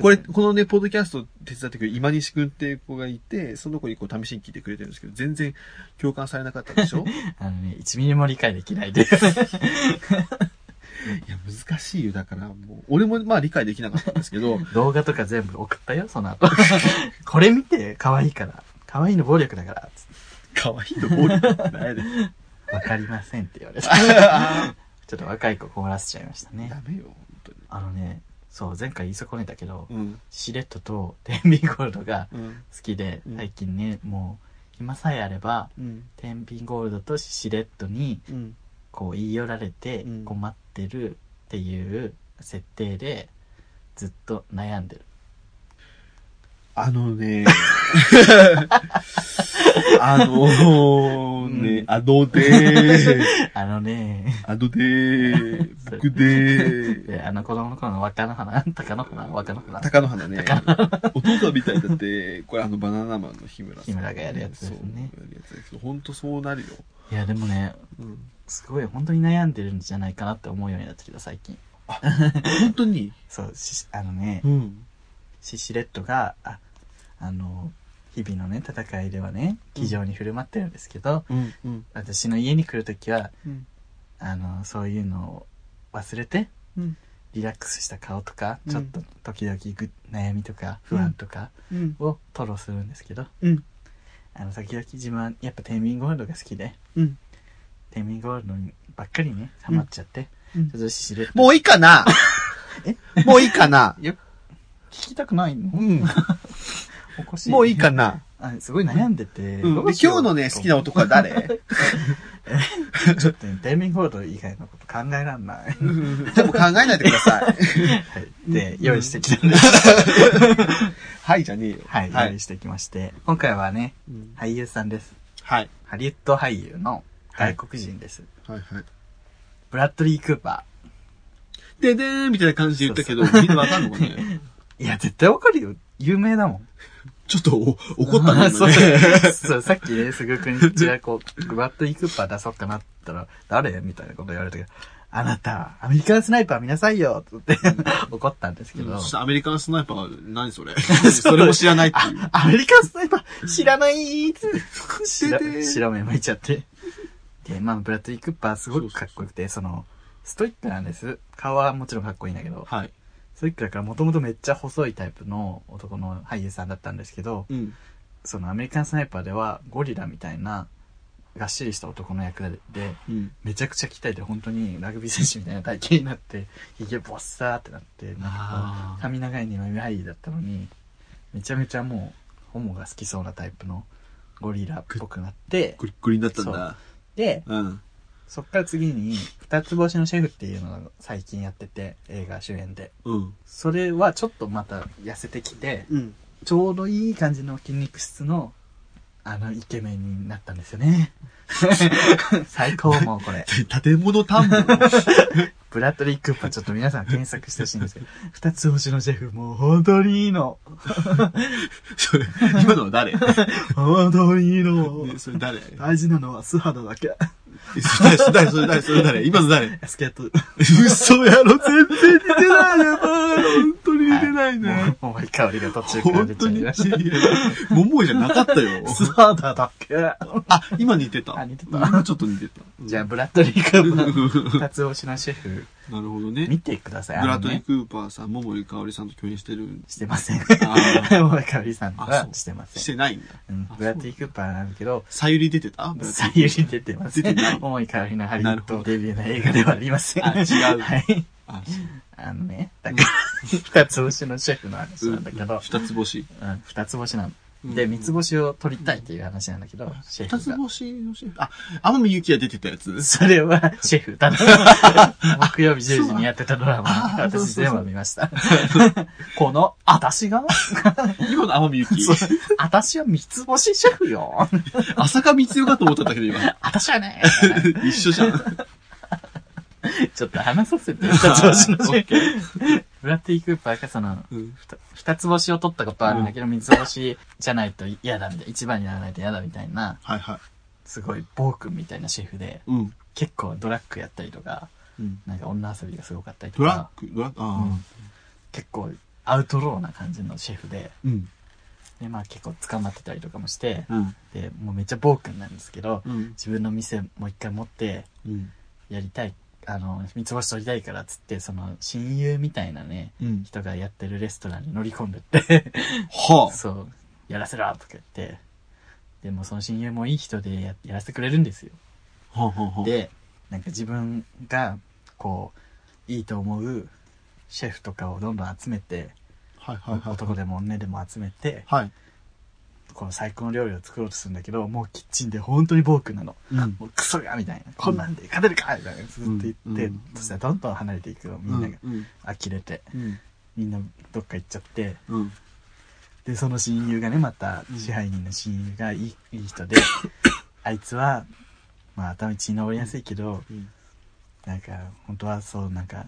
Speaker 2: これ、このね、ポッドキャスト手伝ってくれる今西くんっていう子がいて、その子にこう試しに聞いてくれてるんですけど、全然共感されなかったでし ょ
Speaker 1: うんあのね、1ミリも理解できないで。
Speaker 2: いや、難しいよ。だからもう、俺もまあ理解できなかったんです けど、
Speaker 1: 動画とか全部送ったよ、その後。 これ見て、可愛いから。可愛いの暴力だから。つっ
Speaker 2: 可愛いと 思うよ。ないで。
Speaker 1: てわかりませんって言わ れた。ちょっと若い子困らせちゃいましたね
Speaker 2: ダ。メよ、本当に。
Speaker 1: あのね、そう、前回言い損ねたけど、
Speaker 2: うん。
Speaker 1: シレットと天秤ゴールドが
Speaker 2: うん。
Speaker 1: 好きで
Speaker 2: う、ん
Speaker 1: 最近ね、もう、暇さえあれば、
Speaker 2: うん。
Speaker 1: 天秤ゴールドとシレットに、
Speaker 2: うん。
Speaker 1: こう言い寄られて
Speaker 2: うん
Speaker 1: 困ってるっていう設定で、ずっと悩んでる。
Speaker 2: あの ね、あのね、
Speaker 1: うん
Speaker 2: あのね、
Speaker 1: あのね、
Speaker 2: あのね、僕で、
Speaker 1: で、あの子供の頃の若の花、 鷹の花、若の花。
Speaker 2: 高野花ね、お父さんみたいだって、これあのバナナマンの日村さん。
Speaker 1: 日村がやるやつですね
Speaker 2: そう、やるやつだけど、ほんとそうなるよ。
Speaker 1: いや、でもね、
Speaker 2: うん。
Speaker 1: すごい、本当に悩んでるんじゃないかなって思うようになってきた、最近。
Speaker 2: 本当に。
Speaker 1: そう、し、あのね
Speaker 2: う、ん。
Speaker 1: シシレットが、あ、あの、日々のね、戦いではね、気丈に振る舞ってるんですけど、
Speaker 2: うん。うん。
Speaker 1: 私の家に来るときは、
Speaker 2: うん。
Speaker 1: あの、そういうのを忘れて、
Speaker 2: うん
Speaker 1: リラックスした顔とか、
Speaker 2: うん
Speaker 1: ちょっと時々ぐ悩みとか不安とか
Speaker 2: うん。
Speaker 1: を吐露するんですけど、
Speaker 2: うん
Speaker 1: あの、時々自分はやっぱ天秤ゴールドが好きで、
Speaker 2: うん。
Speaker 1: 天秤ゴールドにばっかりね、ハマっちゃって、
Speaker 2: うん
Speaker 1: ちょっとしれっと
Speaker 2: もういいかなもういいかな
Speaker 1: 聞きたくないの
Speaker 2: うん。
Speaker 1: おかしい。
Speaker 2: もういいかな
Speaker 1: あすごい悩んでて、
Speaker 2: うん
Speaker 1: ど
Speaker 2: で
Speaker 1: うしよ
Speaker 2: 今
Speaker 1: う
Speaker 2: 日のね、好きな男は 誰
Speaker 1: ちょっとね、天秤ゴールド以外のこと考えらん ない。
Speaker 2: ちょっと考えないでください。
Speaker 1: はい。で、用意してきたんです。
Speaker 2: はいじゃねえよ。
Speaker 1: はい、
Speaker 2: は
Speaker 1: 用
Speaker 2: い
Speaker 1: 意。してきまして。今回はね、
Speaker 2: うん
Speaker 1: 俳優さんです。
Speaker 2: はい。
Speaker 1: ハリウッド俳優の外国人です。
Speaker 2: はいはい。
Speaker 1: ブラッドリー・クーパ
Speaker 2: ででーんみたいな感じで言ったけど、みんなわかんのか ね
Speaker 1: ー。いや、絶対わかるよ。有名だもん。
Speaker 2: ちょっとお怒った ね。
Speaker 1: そ
Speaker 2: 今
Speaker 1: う
Speaker 2: ね
Speaker 1: そう、さっきね、すぐくんちがこう、ブラッドリー・クーパー出そうかなって言ったら、誰みたいなこと言われたけど、あなた、アメリカンスナイパー見なさいよって言って怒ったんですけど。
Speaker 2: そしてアメリカンスナイパー、何 それそれも知らないっていう。
Speaker 1: アメリカンスナイパー知らないーって
Speaker 2: 知らねえ
Speaker 1: 白目向いちゃって。で、まあ、ブラッドリー・クッパーすごくかっこよくて、その、ストイックなんです。顔はもちろんかっこいいんだけど、
Speaker 2: はい。
Speaker 1: ストイックだからもともとめっちゃ細いタイプの男の俳優さんだったんですけど、
Speaker 2: うん。
Speaker 1: そのアメリカンスナイパーではゴリラみたいな、がっしりした男の役で、
Speaker 2: うん。
Speaker 1: めちゃくちゃ鍛えて本当にラグビー選手みたいな体型になって、髭ボッサーってなって、なんかこう
Speaker 2: あー
Speaker 1: 髪長い二枚目俳優だったのにめちゃめちゃもうホモが好きそうなタイプのゴリラっぽくなって
Speaker 2: グリッグリになったんだ。
Speaker 1: で
Speaker 2: うん。
Speaker 1: そっから次に「二つ星のシェフ」っていうのを最近やってて映画主演で
Speaker 2: うん。
Speaker 1: それはちょっとまた痩せてきて
Speaker 2: うん。
Speaker 1: ちょうどいい感じの筋肉質のあのイケメンになったんですよ ね最高もうこれ
Speaker 2: 建物探 訪
Speaker 1: ブラッドリー・クーパー、ちょっと皆さん検索してほしいんですけど、二つ星のシェフ、もう本当にいいの。
Speaker 2: それ、今のは誰
Speaker 1: 本当にいいの。
Speaker 2: ねそれ誰
Speaker 1: 大事なのは素肌だけ。
Speaker 2: えそれ誰それ誰それ誰今の誰
Speaker 1: スケート。
Speaker 2: 嘘やろ全然似てないね。本当に似てないね。
Speaker 1: もういい香りが途中から
Speaker 2: 本
Speaker 1: 出
Speaker 2: 当
Speaker 1: ちゃい
Speaker 2: に
Speaker 1: まし。
Speaker 2: 桃井じゃなかったよ
Speaker 1: た。。素肌だけ。
Speaker 2: あ、今似てた。
Speaker 1: あ似てた
Speaker 2: 今ちょっと似てた。
Speaker 1: じゃあ、ブラッドリー・ク ーパー、二つ星のシェフ、
Speaker 2: なるほど
Speaker 1: 見
Speaker 2: ね。
Speaker 1: てください。
Speaker 2: ブラッドリー・
Speaker 1: ー。
Speaker 2: クーパーさん、桃井かおりさんと共演してる ん
Speaker 1: してま せん。
Speaker 2: あー
Speaker 1: もう、かおりさん
Speaker 2: あ
Speaker 1: は
Speaker 2: そう
Speaker 1: してません
Speaker 2: し。てないんだ。
Speaker 1: うん
Speaker 2: あ
Speaker 1: ブラッドリー・クーパーなんだけど、
Speaker 2: さゆり出てたブラッド
Speaker 1: さ
Speaker 2: リー
Speaker 1: ゆり出て ます。
Speaker 2: 出てない
Speaker 1: 重い香りのハリウ
Speaker 2: なる
Speaker 1: ッ
Speaker 2: ほど
Speaker 1: ドデビューの映画ではありません。
Speaker 2: あ違う
Speaker 1: はい。
Speaker 2: あそう
Speaker 1: あのね、だ から、二つ星のシェフの話なんだけど、
Speaker 2: 二つ星。
Speaker 1: うん二つ星なの。
Speaker 2: うん
Speaker 1: で、三つ星を取りたいっていう話なんだけど、シェ
Speaker 2: 二つ
Speaker 1: フが。
Speaker 2: 星のシェフ。あ、天海祐希が出てたやつ
Speaker 1: それ は、シェフだな。木曜日10時にやってたドラマ
Speaker 2: あ、そうそう
Speaker 1: 私
Speaker 2: そう
Speaker 1: 全部見ま した。この、あたしが、
Speaker 2: 今の天海祐
Speaker 1: そう
Speaker 2: 希。
Speaker 1: あたしは三つ星シェフ よ。
Speaker 2: 浅香光代かと思ったんだけ ど、今。
Speaker 1: あたしはね、
Speaker 2: 一緒じゃん。
Speaker 1: ちょっと話さ せて、二つ星のシェフ。ブラッディ・クーパーがその、
Speaker 2: うん
Speaker 1: ふた二つ星を取ったことはあるんだけど、三つ星じゃないと嫌だみたいな、一番にならないと嫌だみたいな、
Speaker 2: はいはい。
Speaker 1: すごい暴君みたいなシェフで、
Speaker 2: うん。
Speaker 1: 結構ドラッグやったりとか、
Speaker 2: うん
Speaker 1: なんか女遊びがすごかったりと
Speaker 2: ドラ
Speaker 1: か、
Speaker 2: ッグ、ドラッグ、
Speaker 1: う
Speaker 2: あ
Speaker 1: ん結構アウトローな感じのシェフで、
Speaker 2: あ。うん。
Speaker 1: で、まあ結構捕まってたりとかもして、
Speaker 2: うん。
Speaker 1: で、もうめっちゃ暴君なんですけど、
Speaker 2: うん。
Speaker 1: 自分の店もう一回持って、
Speaker 2: うん。
Speaker 1: やりたい、あの、三つ星取りたいからっつって、その親友みたいなね、
Speaker 2: うん。
Speaker 1: 人がやってるレストランに乗り込んでって、
Speaker 2: は あ。
Speaker 1: そう、やらせろとか言って、でもその親友もいい人でややらせてくれるんですよ。
Speaker 2: はあはあはあ、
Speaker 1: で、なんか自分が、こう、いいと思うシェフとかをどんどん集めて、
Speaker 2: はいはいはい。
Speaker 1: 男でも女でも集めて、
Speaker 2: はい。
Speaker 1: この最高の料理を作ろうとするんだけど、もうキッチンで本当に暴君なの。
Speaker 2: うん。
Speaker 1: もうクソがみたいな。こんなんで勝てるかみたいな。ずっと言って、
Speaker 2: うん
Speaker 1: そしたらどんどん離れていくの。みんなが
Speaker 2: うん。
Speaker 1: 呆れて、
Speaker 2: うん。
Speaker 1: みんなどっか行っちゃって、
Speaker 2: うん。
Speaker 1: でその親友がねまた
Speaker 2: うん
Speaker 1: 支配人の親友がいい,、いい人 であいつはまあ頭に血のりやすいけど、
Speaker 2: うん
Speaker 1: なんか本当はそうなんか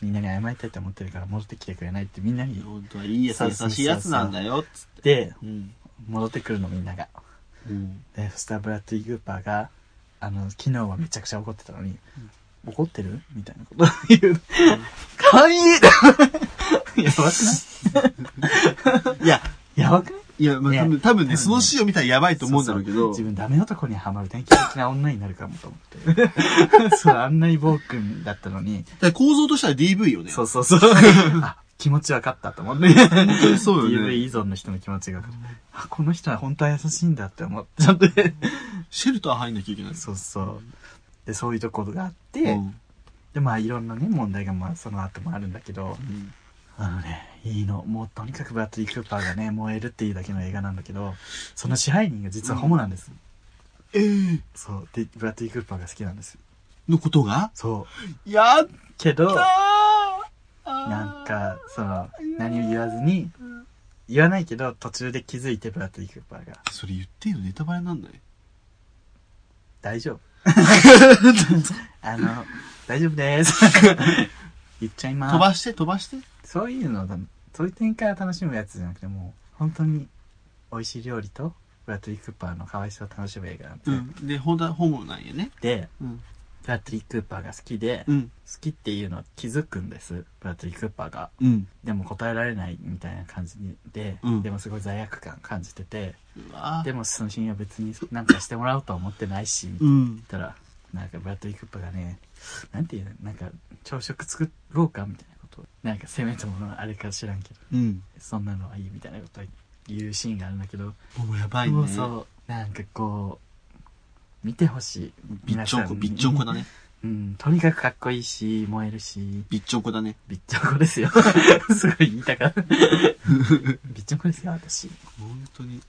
Speaker 1: みんなに謝りたいと思ってるから戻ってきてくれないってみんなに言っ
Speaker 2: 本当はいいやつ、
Speaker 1: そう
Speaker 2: 優
Speaker 1: そうそう
Speaker 2: しいやつなんだよ、つって。
Speaker 1: て
Speaker 2: うん。
Speaker 1: 戻ってくるのみんなが
Speaker 2: うん。
Speaker 1: でそしたらブラッドリー・グーパーがあの昨日はめちゃくちゃ怒ってたのに、怒ってるみたいなことを言う、かわいい やばくない
Speaker 2: いや、
Speaker 1: やばくない
Speaker 2: いや、まあ、
Speaker 1: ね
Speaker 2: 多分、多分ね、
Speaker 1: ね
Speaker 2: その詩を見たらやばいと思うんだろうけど、
Speaker 1: そうそう自分ダメ男にはまる典型的な女になるかもと思って そうあんなに暴君だったのに、
Speaker 2: だから構造としては DV よね。
Speaker 1: そうそう そうあ気持ち分かったと思って
Speaker 2: そうそうよ
Speaker 1: DV
Speaker 2: ね。
Speaker 1: 依存の人の気持ちが分かったあこの人は本当は優しいんだって思っちゃって
Speaker 2: シェルター入んなきゃいけない。
Speaker 1: そうそうでそういうところがあって、
Speaker 2: うん。
Speaker 1: でまあいろんなね問題がまあその後もあるんだけど
Speaker 2: うん
Speaker 1: あのねいいのもうとにかくバッテリー・クーパーがね燃えるっていうだけの映画なんだけどその支配人が実はホモなんです、
Speaker 2: えー、
Speaker 1: そうでブラッドリー・クーパーが好きなんです
Speaker 2: のことが
Speaker 1: そう
Speaker 2: やった
Speaker 1: けど
Speaker 2: ー
Speaker 1: なんか、その、何も言わずに、言わないけど、途中で気づいてブラッドリー・クーパーが、
Speaker 2: それ言ってよ、ネタバレなんない
Speaker 1: 大 丈夫。あの、大丈夫です。 言っちゃい
Speaker 2: 飛
Speaker 1: ま
Speaker 2: ばして、飛ばして。
Speaker 1: す。そういうのだ、そういう展開を楽しむやつじゃなくて、もう、本当に、美味しい料理と、ブラッドリー・クーパーの可愛さを楽しむ映画なんで、
Speaker 2: うん。で、本当ホモなんやね。
Speaker 1: で、
Speaker 2: うん。
Speaker 1: ブラッドリー・クーパーが好きで、
Speaker 2: うん。
Speaker 1: 好きっていうのを気づくんです、ブラッドリー・クーパーが。
Speaker 2: うん。
Speaker 1: でも答えられないみたいな感じで、
Speaker 2: うん
Speaker 1: でもすごい罪悪感感じてて、
Speaker 2: うわ
Speaker 1: でもその親友は別になんかしてもらおうとは思ってないし、みたいな
Speaker 2: うん。
Speaker 1: 言ったら、なんかブラッドリー・クッパがね、なんていうの、なんか朝食作ろうかみたいなことをなんかせめてものあれか知らんけど、
Speaker 2: うん。
Speaker 1: そんなのはいいみたいなことを言うシーンがあるんだけど、
Speaker 2: もうやばいね。
Speaker 1: もうそう、なんかこう、見てほしい。
Speaker 2: びっちょんこ、びっちょんこ だね。
Speaker 1: うん、とにかくかっこいいし、燃えるし、
Speaker 2: びっちょんこだね。
Speaker 1: びっちょんこ ですよ。すごい言いたかった。びっちょんこですよ、私。
Speaker 2: 本当に。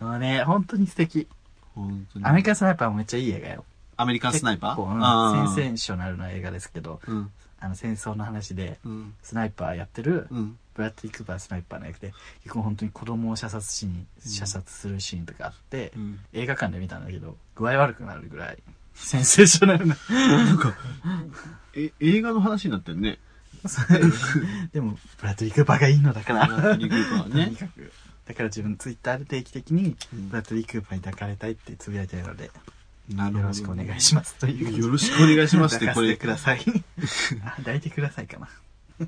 Speaker 1: もうね、本当に素敵。
Speaker 2: 本当に。
Speaker 1: アメリカンスナイパーもめっちゃいい映画よ。
Speaker 2: アメリカンスナイパ
Speaker 1: 結
Speaker 2: ー
Speaker 1: 構
Speaker 2: あ
Speaker 1: うん、
Speaker 2: ー
Speaker 1: センセーショナルな映画ですけど、
Speaker 2: うん。
Speaker 1: あの戦争の話で、
Speaker 2: うん。
Speaker 1: スナイパーやってる、
Speaker 2: うん。
Speaker 1: ブラッドリー・クーパースナイパーの役で、結構本当に子供を射殺しに、
Speaker 2: うん
Speaker 1: 射殺するシーンとかあって、
Speaker 2: うん。
Speaker 1: 映画館で見たんだけど、具合悪くなるぐらい、センセーショナ ルな。
Speaker 2: なんか、え、映画の話になってるね。
Speaker 1: でも、ブラッドリー・クーパーがいいのだか
Speaker 2: ブラ
Speaker 1: ら、
Speaker 2: ッドリークーパー
Speaker 1: とに
Speaker 2: ね。
Speaker 1: かく。だから自分ツイッターで定期的に、
Speaker 2: うん
Speaker 1: ブラッドリー・クーパーに抱かれたいってつぶやいてるので、よ
Speaker 2: なるほど。
Speaker 1: ろしくお願いします。という
Speaker 2: よろしくお願いしますって、こ
Speaker 1: 抱かせて。
Speaker 2: れ
Speaker 1: ください。あ抱いてくださいかな。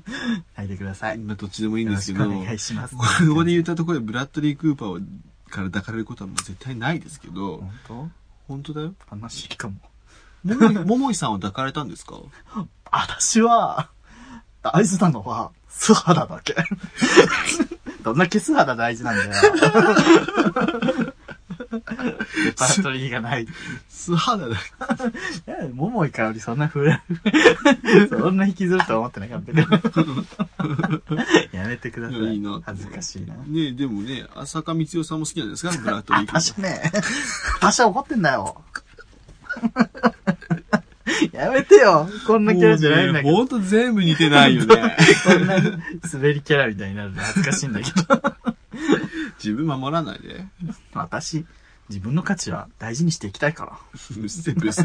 Speaker 1: 抱いてください。よ
Speaker 2: まあ、どっちでもいいんで
Speaker 1: ろ
Speaker 2: す
Speaker 1: し
Speaker 2: け
Speaker 1: く
Speaker 2: ど、
Speaker 1: お
Speaker 2: こ
Speaker 1: 願いします。
Speaker 2: こで言ったところで、ブラッドリー・クーパーから抱かれることはもう絶対ないですけど、
Speaker 1: 本当
Speaker 2: 本当だよ。
Speaker 1: 悲しいかも。
Speaker 2: も もももいさんは抱かれたんですか
Speaker 1: 私は、大事なのは、素肌だけ。 どんだけ素肌大事なんだよ。 レパートリーがない。
Speaker 2: 素肌だ。
Speaker 1: え、桃井かおりそんなふら、そんな引きずるとは思ってなかったけど。 やめてください。
Speaker 2: いいな
Speaker 1: 恥ずかしいな。
Speaker 2: ねえ、でもね、浅香光代さんも好きなん ですかブラッドリー君。
Speaker 1: 私ね、私は怒ってんだよ。 やめてよ。こんなキャラじゃないんだけ
Speaker 2: もうね
Speaker 1: ど。
Speaker 2: ほんと全部似てないよね。
Speaker 1: こんな滑りキャラみたいになるの恥ずかしいんだけど。
Speaker 2: 自分守らないで。
Speaker 1: 私、自分の価値は大事にしていきたいから。
Speaker 2: ブスブス。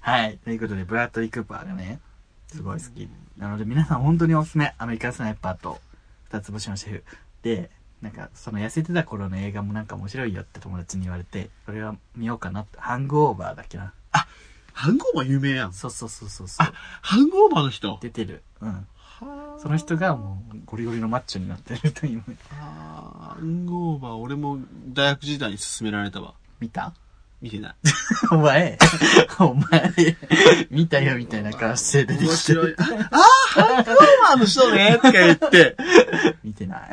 Speaker 1: はい。ということで、ブラッドリー・クーパーがね、すごい好き。なので、皆さん本当におすすめ。アメリカンスナイパーと、二つ星のシェフ。で、なんか、その痩せてた頃の映画もなんか面白いよって友達に言われて、それは見ようかなって。ハングオーバーだっけな。
Speaker 2: ハンゴーバー有名やん。
Speaker 1: そうそうそうそうそう。
Speaker 2: ハンゴーバーの人。
Speaker 1: 出てる。うん。
Speaker 2: は
Speaker 1: その人がもう、ゴリゴリのマッチョになってると今、
Speaker 2: あーハンゴーバー、俺も大学時代に勧められたわ。
Speaker 1: 見た
Speaker 2: 見てない。
Speaker 1: お 前、お前、見たよみたいな顔して出て
Speaker 2: 面
Speaker 1: きて。
Speaker 2: 白い。ああー、ハンゴーバーの人ねとか言って。
Speaker 1: 見て ない。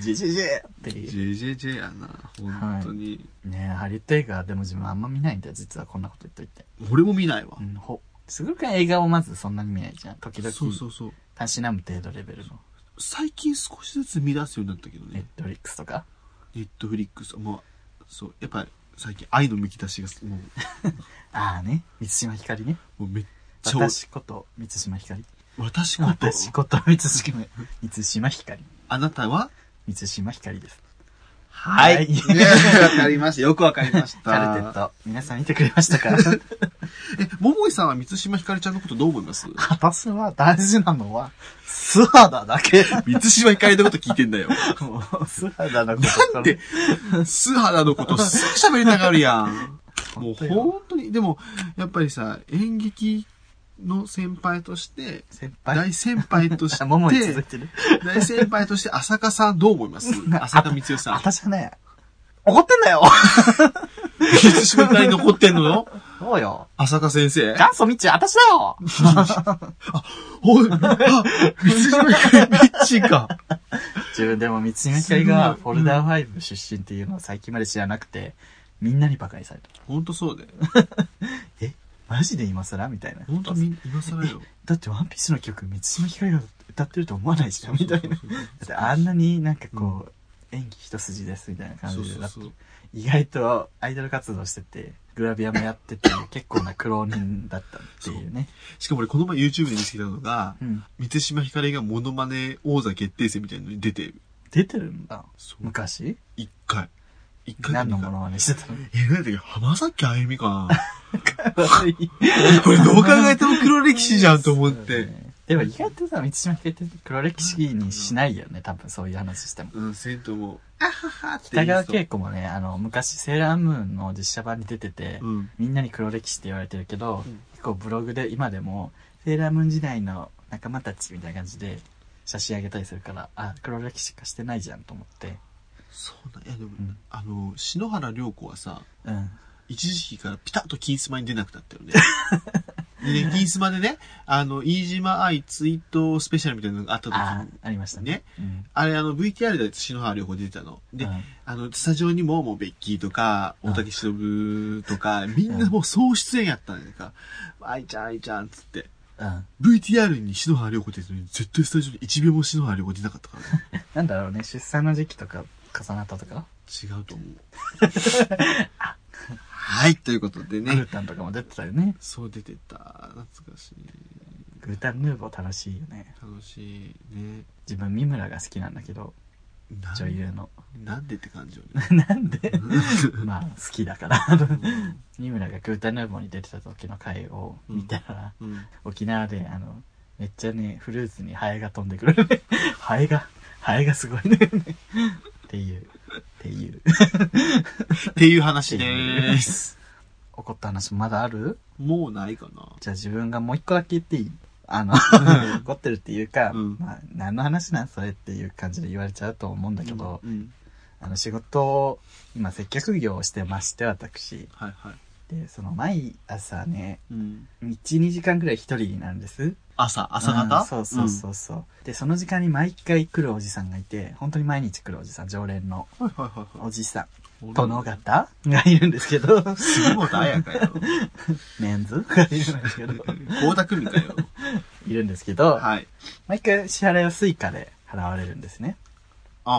Speaker 1: ジジジっていう。
Speaker 2: JJJ やな、本当に。
Speaker 1: ねえ、ハリウッド映画でも自分あんま見ないんだよ、実はこんなこと言っといて。
Speaker 2: 俺も見ないわ
Speaker 1: う。ん、ほ。すごくん映画をまずそんなに見ないじゃん。時々、
Speaker 2: そうそうそう。
Speaker 1: たしなむ程度レベルの。
Speaker 2: 最近少しずつ見出すようになったけど
Speaker 1: ネッ
Speaker 2: ね。
Speaker 1: トフリックスとか。
Speaker 2: ネットフリックス、もう、そう、やっぱり最近愛のむき出しが、もう、
Speaker 1: ああね、満島ひかりね。
Speaker 2: もうめっちゃ、
Speaker 1: 私こと満島ひかり。
Speaker 2: 私こと、
Speaker 1: 私こと満島、満島ひかり。
Speaker 2: あなたは
Speaker 1: 満島ひかりです。
Speaker 2: は
Speaker 1: はい
Speaker 2: ねわかりました。よくわかりまし
Speaker 1: カルテッ。ト、皆さん見てくれました か
Speaker 2: え、桃井さんは満島ひかりちゃんのことどう思います
Speaker 1: 私は大事なのは、素肌だ け。
Speaker 2: 満島ひかりのこと聞いてんだよ。
Speaker 1: もう素肌のこと
Speaker 2: なんで、素肌のことすぐ喋りたがるやん。もう本当に、でも、やっぱりさ、演劇の先輩として、
Speaker 1: 先輩。
Speaker 2: 大先輩として、
Speaker 1: 桃に続いてる。
Speaker 2: 大先輩として浅香さんどう思います浅香光代さ ん。
Speaker 1: 私はね、怒ってんだよ
Speaker 2: 満島ひかり残ってんのよ
Speaker 1: そうよ。
Speaker 2: 浅香先生。
Speaker 1: 元祖みっちー、私だよ
Speaker 2: おい、あ、満島ひかり、ミッチーか。
Speaker 1: 自分でも三島ひかりがフォルダー5出身っていうのを最近まで知らなくて、みんなにバカにされた。
Speaker 2: ほんとそうで。
Speaker 1: マジで今更みたいな。
Speaker 2: ほんとみん、今更よ。
Speaker 1: だってワンピースの曲三島ひかりが歌ってると思わないじゃん、みたいな。だってあんなになんかこう、演技一筋ですみたいな感
Speaker 2: そう
Speaker 1: じ
Speaker 2: そ
Speaker 1: で
Speaker 2: うそう。
Speaker 1: 意外とアイドル活動してて、グラビアもやって て、結構な苦労人だったっていうね。
Speaker 2: しかも俺この前 YouTube で見つけたのが、
Speaker 1: うん。
Speaker 2: 満島ひかりがモノマネ王座決定戦みたいなのに出てる。
Speaker 1: 出てるんだ。
Speaker 2: そう。
Speaker 1: 昔
Speaker 2: 一回。一回
Speaker 1: 何のも
Speaker 2: の
Speaker 1: のまねしてたの
Speaker 2: え、なんだっけ浜崎あゆみかな
Speaker 1: 悪い
Speaker 2: これどう考えても黒 歴史じゃんと思っ
Speaker 1: そうだ
Speaker 2: て。
Speaker 1: ねでも意外とさ、満島ひかりって黒歴史にしないよね、多分そういう話しても。
Speaker 2: うん、銭湯も、あははって
Speaker 1: 北
Speaker 2: 言いそ
Speaker 1: 川
Speaker 2: う
Speaker 1: 景子もね、あの、昔セーラームーンの実写版に出てて、
Speaker 2: うん。
Speaker 1: みんなに黒歴史って言われてるけど、
Speaker 2: うん
Speaker 1: 結構ブログで今でも、セーラームーン時代の仲間たちみたいな感じで写真あげたりするから、あ、黒歴史化してないじゃんと思って。
Speaker 2: そうだ、いやでも、
Speaker 1: ん
Speaker 2: あの、篠原涼子はさ、
Speaker 1: うん。
Speaker 2: 一時期からピタッと金スマに出なくな ったよね。でね、金スマでね、あの、飯島愛ツイートスペシャルみたいなのがあった時
Speaker 1: あ
Speaker 2: に、
Speaker 1: あ、ありましたね。うん。
Speaker 2: あれあの VTR で篠原涼子出てたの。で、
Speaker 1: うん
Speaker 2: あの、スタジオにも、もう、ベッキーとか、
Speaker 1: うん
Speaker 2: 大竹しのぶとか、みんなもう総出演やったんやんか。愛ちゃん、愛ちゃん、つって。
Speaker 1: うん。
Speaker 2: VTR に篠原涼子出てるのに、絶対スタジオに1秒も篠原涼子出なかったからね。
Speaker 1: なんだろうね、出産の時期とか重なったとか、
Speaker 2: 違うと思う。 はい、ということで
Speaker 1: グル
Speaker 2: ね。
Speaker 1: タンとかも出てたよね。
Speaker 2: そう出てた。懐かしい。
Speaker 1: グルタンヌーボー楽しいよね。
Speaker 2: 楽しいね。
Speaker 1: 自分三村が好きなんだけど
Speaker 2: なん
Speaker 1: 女優の
Speaker 2: なんでって感じよ ね。
Speaker 1: なんでまあ好きだから 三村がグータンヌーボーに出てた時の回を見たら、
Speaker 2: うん。
Speaker 1: 沖縄であのめっちゃねフルーツにハエが飛んでくるね ハエがハエがすごいねっていうっていう
Speaker 2: って いう話でーす。
Speaker 1: 怒った話まだある
Speaker 2: もうないかな。
Speaker 1: じゃあ自分がもう一個だけ言っていいあの怒ってるっていうか、
Speaker 2: うん
Speaker 1: まあ、何の話なんそれっていう感じで言われちゃうと思うんだけど、
Speaker 2: うん。
Speaker 1: あの仕事を今接客業をしてまして私
Speaker 2: はいはい。
Speaker 1: で、その、毎朝ね、
Speaker 2: うん。
Speaker 1: 1、2時間くらい一人になるんです。
Speaker 2: 朝、朝方、
Speaker 1: うんそうそうそうそう、で、その時間に毎回来るおじさんがいて、本当に毎日来るおじさん、常連の
Speaker 2: うん。はいはいはいは
Speaker 1: おじさ
Speaker 2: い。
Speaker 1: ん、殿方がいるんですけど、
Speaker 2: 杉本彩かよ。
Speaker 1: メンズがいるんですけど、
Speaker 2: 高田組かよ。
Speaker 1: いるんですけど、
Speaker 2: はい。
Speaker 1: 毎回支払いはスイカで払われるんですね。
Speaker 2: ああ、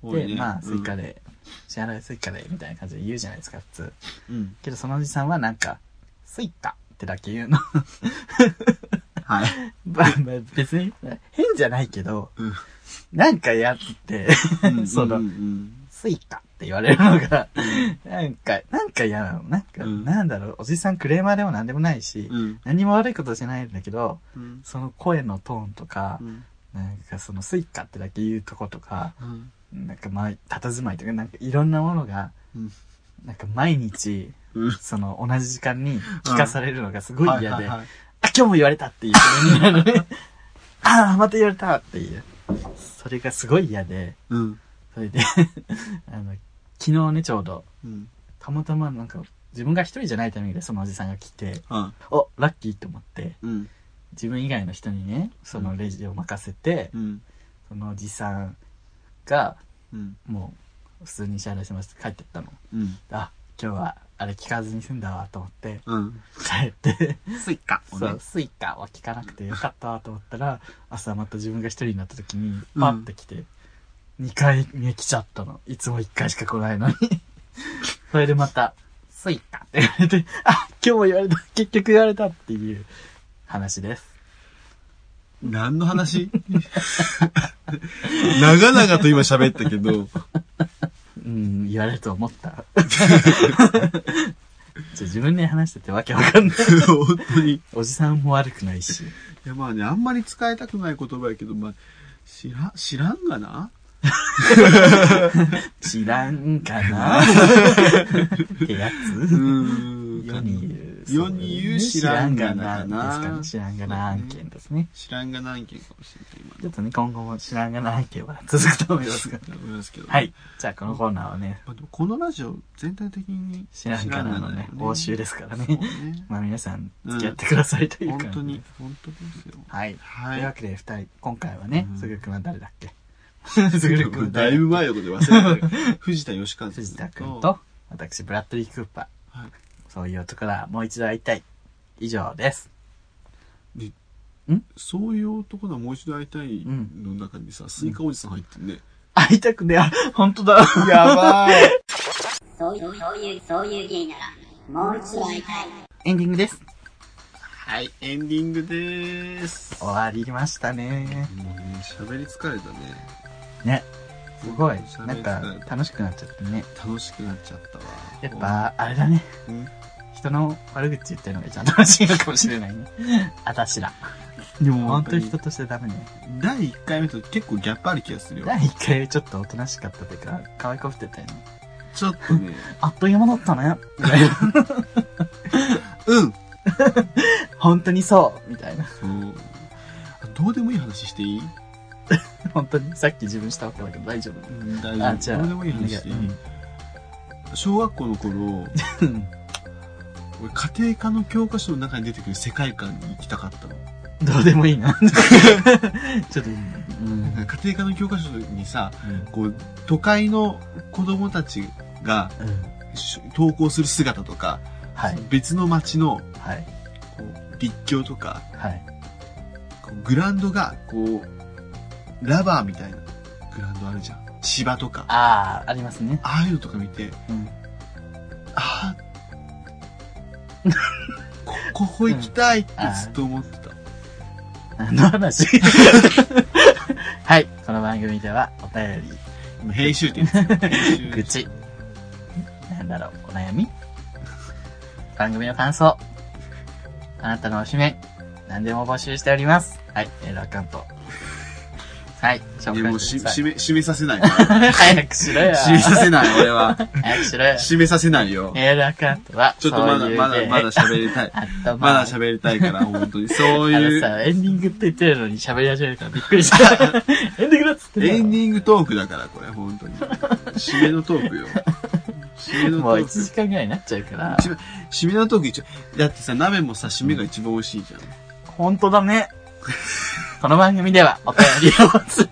Speaker 2: 多い
Speaker 1: で、
Speaker 2: ね。
Speaker 1: まあ、スイカ
Speaker 2: で。
Speaker 1: で、支払いはスイカで、みたいな感じで言うじゃないですか、普通。
Speaker 2: うん。
Speaker 1: けど、そのおじさんはなんか、スイカってだけ言うの。
Speaker 2: はい。
Speaker 1: まあまあ、別に、変じゃないけど、
Speaker 2: うん
Speaker 1: なんかやって、
Speaker 2: う ん
Speaker 1: その
Speaker 2: うんうん
Speaker 1: スイカって言われるのが、 なんか、なんか嫌なの。なんか、
Speaker 2: うん
Speaker 1: なんだろう、おじさんクレーマーでもなんでもないし、
Speaker 2: うん。
Speaker 1: 何も悪いことじゃないんだけど、
Speaker 2: うん。
Speaker 1: その声のトーンとか
Speaker 2: う、ん。
Speaker 1: なんかそのスイカってだけ言うとことか、
Speaker 2: うん。
Speaker 1: なんかまあ、佇まいとか、なんかいろんなものが、
Speaker 2: うん
Speaker 1: なんか毎日、
Speaker 2: うん
Speaker 1: その同じ時間に聞かされるのがすごい嫌で、
Speaker 2: はいはいはい
Speaker 1: あ、今日も言われたっていう気分になる ね。ああ、また言われたっていう。それがすごい嫌で、
Speaker 2: うん。
Speaker 1: それで あの、昨日ね、ちょうど、
Speaker 2: うん。
Speaker 1: たまたまなんか、自分が一人じゃないタイミングでそのおじさんが来て、
Speaker 2: あ
Speaker 1: お、ラッキーと思って、
Speaker 2: うん。
Speaker 1: 自分以外の人にね、そのレジを任せて、
Speaker 2: うん。
Speaker 1: そのおじさんが、
Speaker 2: うん。
Speaker 1: もう、普通に支払いしますって帰ってったの。
Speaker 2: うん。
Speaker 1: あ、今日は、あれ聞かずに済んだわ、と思って、
Speaker 2: うん。
Speaker 1: 帰って、
Speaker 2: スイカを
Speaker 1: そ
Speaker 2: ね
Speaker 1: う、スイカは聞かなくてよかったわと思ったら、朝また自分が一人になった時に、パッて来て、二2回目来ちゃったの。いつも1回しか来ないのに。 それでまた、スイカって言われて、あ、今日も言われた、結局言われたっていう話です。
Speaker 2: 何の話 長々と今喋ったけど、
Speaker 1: うん、言われると思った。 ちょ自分で話しててわけわかんない。
Speaker 2: 本当に。い
Speaker 1: おじさんも悪くないし。
Speaker 2: やまあね、あんまり使いたくない言葉やけど、まあ、知ら、知らんがな
Speaker 1: 知らんかなってやつ
Speaker 2: うん
Speaker 1: 世に言う。
Speaker 2: 世に言う知らんがなか
Speaker 1: ですかね。
Speaker 2: な。
Speaker 1: 知らんがな案件ですね。
Speaker 2: 知らんがな案件かもしれない、
Speaker 1: ちょっとね、今後も知らんがな案件は続くと思いますが。
Speaker 2: 今。思いますけど。
Speaker 1: はい。。じゃあ、このコーナーはね、
Speaker 2: まあ、でもこのラジオ全体的に
Speaker 1: 知らんがなのね、報酬ですからね。まあ、皆さん、付き合ってくださいという感じ
Speaker 2: 本
Speaker 1: で
Speaker 2: 当に、本当ですよ。
Speaker 1: はい。
Speaker 2: は
Speaker 1: というわ
Speaker 2: い。
Speaker 1: けで、二人、今回はね
Speaker 2: う、ん
Speaker 1: すぐくんは誰だっけ すぐくんは
Speaker 2: だ
Speaker 1: 誰
Speaker 2: い
Speaker 1: だっ
Speaker 2: ぶ前のことで忘れて る。藤田義和
Speaker 1: け藤田くんと、私、ブラッドリー・クーパー。
Speaker 2: はい
Speaker 1: そういう男ら、もう一度会いたい。以上です。
Speaker 2: そういう男がもう一度会いたいの中にさ、スイカおじさん入ってんね。
Speaker 1: 会いたくねえ。あ本当だ。
Speaker 2: やばい
Speaker 4: そういう、そういう、そういう芸なら、もう一度会いたい。
Speaker 1: エンディングです。
Speaker 2: はい、エンディングでーす。
Speaker 1: 終わりましたね。
Speaker 2: もうね、喋り疲れたね。
Speaker 1: ね。すごい。
Speaker 2: 喋
Speaker 1: な
Speaker 2: り
Speaker 1: ん
Speaker 2: 疲れた
Speaker 1: か、楽しくなっちゃってね。
Speaker 2: 楽しくなっちゃったわ。
Speaker 1: やっぱ、あれだね。
Speaker 2: うん、
Speaker 1: 人の悪口言ってるのが一番楽しいのかもしれ ないね。あたしら。
Speaker 2: でも
Speaker 1: 本当に人としてダメね。
Speaker 2: 第1回目と結構ギャップある気がするよ。
Speaker 1: 第1回ちょっとおとなしかったというか、可愛こぶってたよね。
Speaker 2: ちょっと ね、
Speaker 1: あっという間だったね。みたいな
Speaker 2: うん
Speaker 1: 本当にそう。みた いな。
Speaker 2: そうあどうでもいい話していい
Speaker 1: 本当に。さっき自分したわけだけど大丈夫。
Speaker 2: うん大
Speaker 1: あ、じ
Speaker 2: 丈
Speaker 1: ゃあ。
Speaker 2: 夫。どうでもいい話していい、
Speaker 1: うん
Speaker 2: 小学校の頃、
Speaker 1: うん
Speaker 2: 俺家庭科の教科書の中に出てくる世界観に行きたかったの。
Speaker 1: どうでもいい な。ちょっと、うん。
Speaker 2: なんか家庭科の教科書にさ、こう、都会の子供たちが
Speaker 1: うん。
Speaker 2: し登校する姿とか、
Speaker 1: はい。
Speaker 2: 別の町の
Speaker 1: はい。
Speaker 2: こう立教とか、
Speaker 1: はい。
Speaker 2: こうグラウンドが、こう、ラバーみたいなグラウンドあるじゃん。芝とか。
Speaker 1: ああ、ありますね。
Speaker 2: ああいうのとか見て、
Speaker 1: うん。
Speaker 2: ああ、こ、ここ行きたいってずっと思ってた。
Speaker 1: 何の話 はい。この番組ではお便
Speaker 2: 今編集点ですよ。編集
Speaker 1: り、愚痴、なんだろう、お悩み、番組の感想、あなたのおしめ、何でも募集しております。はい。メールアカウント。はい。紹
Speaker 2: いやもう
Speaker 1: 介
Speaker 2: し、
Speaker 1: してくださ
Speaker 2: 締
Speaker 1: い。
Speaker 2: め、締めさせないから。
Speaker 1: 早くしろよ。
Speaker 2: 締めさせない、俺は。
Speaker 1: 早くしろよ。
Speaker 2: 締めさせないよ。
Speaker 1: メールアカウントは、
Speaker 2: ちょっとま
Speaker 1: そ
Speaker 2: だ、
Speaker 1: ういう
Speaker 2: まだ、
Speaker 1: で
Speaker 2: まだ、喋り たい。
Speaker 1: あった
Speaker 2: まだ喋りたいから、本当に。そう
Speaker 1: あ
Speaker 2: い
Speaker 1: の
Speaker 2: う、
Speaker 1: さ、エンディングって言ってるのに喋り始めるからびっくり した。エンディングだっつってんだろ
Speaker 2: エンディングトークだから、これ、本当に。締めのトークよ。締めの
Speaker 1: もう
Speaker 2: トー
Speaker 1: 1
Speaker 2: ク
Speaker 1: 時間ぐらいになっちゃうから。
Speaker 2: 締め締めのトーク一応だってさ鍋もさ締めが一番美味しいじゃん
Speaker 1: 本当だね。この番組ではお便りをする。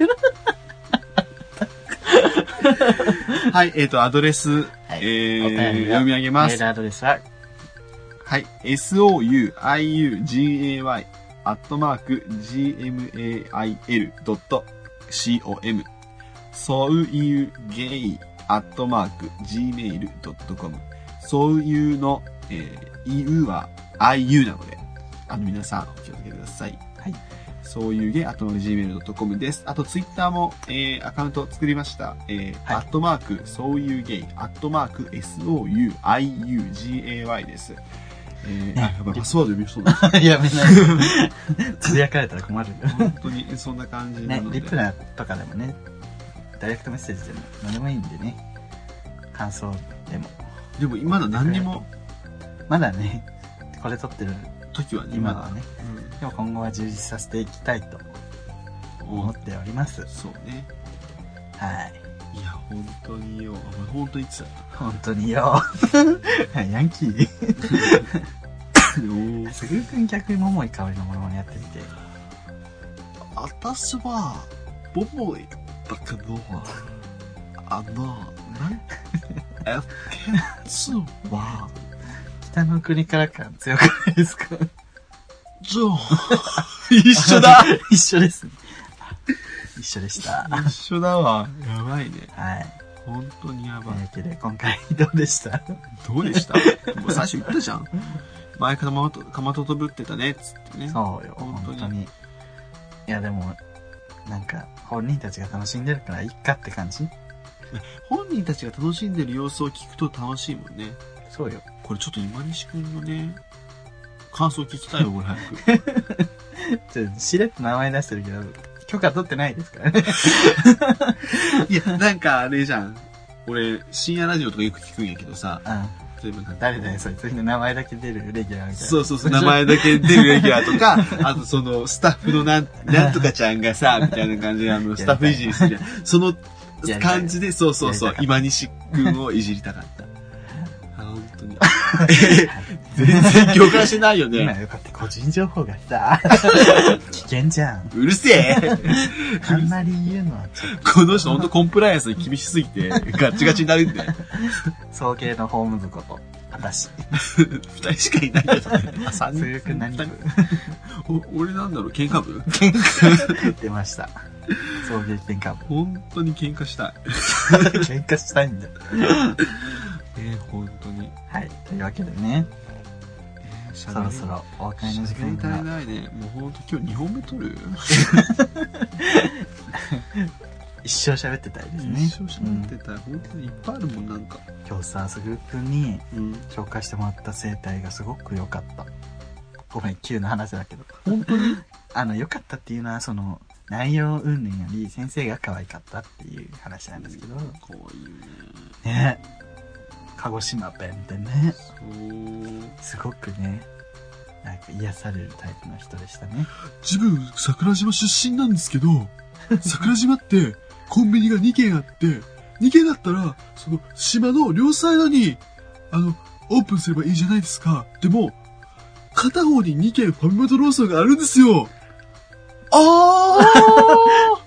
Speaker 2: はい、えっ、と、アドレス、
Speaker 1: はい
Speaker 2: え
Speaker 1: お便
Speaker 2: ー、
Speaker 1: りは
Speaker 2: 読み上げま
Speaker 1: メー
Speaker 2: す
Speaker 1: ル。アドレスは、
Speaker 2: はい、souiugay アットマーク gmail.com そういうゲイアットマーク gmail.com そういうの、えー、eu は iu なので、あの皆さんお気をつけください。
Speaker 1: はい。
Speaker 2: そういうゲイアットマーク gmail.com です。あとツイッターも、えー、アカウント作りました。えー、
Speaker 1: はい
Speaker 2: アットマークそういうゲイアットマーク souiugay です。えー、あやばいパスワード読みそうだ。
Speaker 1: やめない。つぶやかれたら困る。
Speaker 2: 本当にそんな感じな
Speaker 1: ね
Speaker 2: の、で。
Speaker 1: リプラとかでもね、ダイレクトメッセージでも何でもいいんでね。感想でも。
Speaker 2: でもまだ何にも
Speaker 1: まだね、これ撮ってる
Speaker 2: 時はね、
Speaker 1: 今
Speaker 2: ま
Speaker 1: は
Speaker 2: だ。
Speaker 1: ね。
Speaker 2: うん
Speaker 1: でも今後は充実させていきたいと思
Speaker 2: お
Speaker 1: っております。
Speaker 2: そうね。
Speaker 1: はい。
Speaker 2: いや、本当によ。あ本当にいつだった
Speaker 1: 本当によ。 ヤンキー。
Speaker 2: の
Speaker 1: すぐくん逆に桃井かおりのものまねやってみて。
Speaker 2: 私は、ボボイだけど、あの、なんえ、実は、
Speaker 1: 北の国から感強くないですか
Speaker 2: じゃあ、一緒だ
Speaker 1: 一緒ですね。一緒でした。
Speaker 2: 一緒だわ。やばいね。
Speaker 1: はい。
Speaker 2: 本当にや
Speaker 1: と
Speaker 2: ばい
Speaker 1: いう。わけで、今回どうでした
Speaker 2: どうでしたもう最初言ったじゃん。前からまと、かまととぶってたね、つってね。
Speaker 1: そうよ、
Speaker 2: 本
Speaker 1: 本
Speaker 2: 当
Speaker 1: 当
Speaker 2: に
Speaker 1: に。いや、でも、なんか、本人たちが楽しんでるから、いっかって感じ
Speaker 2: 本人たちが楽しんでる様子を聞くと楽しいもんね。
Speaker 1: そうよ。
Speaker 2: これちょっと今西くんのね、感想聞きたいよ、これ早く。
Speaker 1: ちょしれっと名前出してるけど、許可取ってないですからね。
Speaker 2: いや、なんかあれじゃん。俺、深夜ラジオとかよく聞くんやけどさ、
Speaker 1: う
Speaker 2: 例えばなん
Speaker 1: ん。
Speaker 2: か
Speaker 1: 誰だよ、そいつ。みんな名前だけ出るレギュラーみたいな。
Speaker 2: そうそうそう、名前だけ出るレギュラーとか、あとその、スタッフのなん、なんとかちゃんがさ、みた いな感じで、あの、スタッフいじりするじゃん。その
Speaker 1: やりたい
Speaker 2: 感じで、そうそうそ
Speaker 1: や
Speaker 2: う
Speaker 1: り、
Speaker 2: 今西くんをいじりたか った。あ、本当に。全然共感しないよ
Speaker 1: 今
Speaker 2: ね。
Speaker 1: よかって個人情報が さ、危険じゃん。
Speaker 2: うるせえ
Speaker 1: あんまり言うのはちょっ
Speaker 2: この人本当コンプライアンスに厳しすぎて、ガッチガチになる んで。
Speaker 1: と、総計のホームズこと、私。
Speaker 2: 二人しかいないけどね。あ、三
Speaker 1: そういうくん何部
Speaker 2: お俺なんだろう、喧嘩部
Speaker 1: 出ました。総計喧嘩部。
Speaker 2: 本当に喧嘩したい。
Speaker 1: 喧嘩したいんだ。
Speaker 2: えー、本当に。
Speaker 1: はい。というわけでね、
Speaker 2: そ
Speaker 1: そろそろお別れの時間
Speaker 2: 喋り足り
Speaker 1: が。
Speaker 2: ないね。もう本当今日2本目撮る
Speaker 1: 一生喋ってたいですね。
Speaker 2: 一生喋ってた。本当にいっぱいあるもん、なんか。
Speaker 1: うん今日さ、すぐくんに
Speaker 2: うん。
Speaker 1: 紹介してもらった生態がすごく良かった。ごめん、急な話だけど。
Speaker 2: 本当に
Speaker 1: あの、良かったっていうのは、その、内容云々より先生が可愛かったっていう話なんですけど、
Speaker 2: かわいいよね。
Speaker 1: ね。鹿児島弁でね、
Speaker 2: そう。
Speaker 1: すごくね、なんか癒されるタイプの人でしたね。
Speaker 2: 自分、桜島出身なんですけど、 桜島って、コンビニが2軒あって、2軒だったら、その、島の両サイドに、あの、オープンすればいいじゃないですか。でも、片方に2軒ファミマとローソンがあるんですよ。あー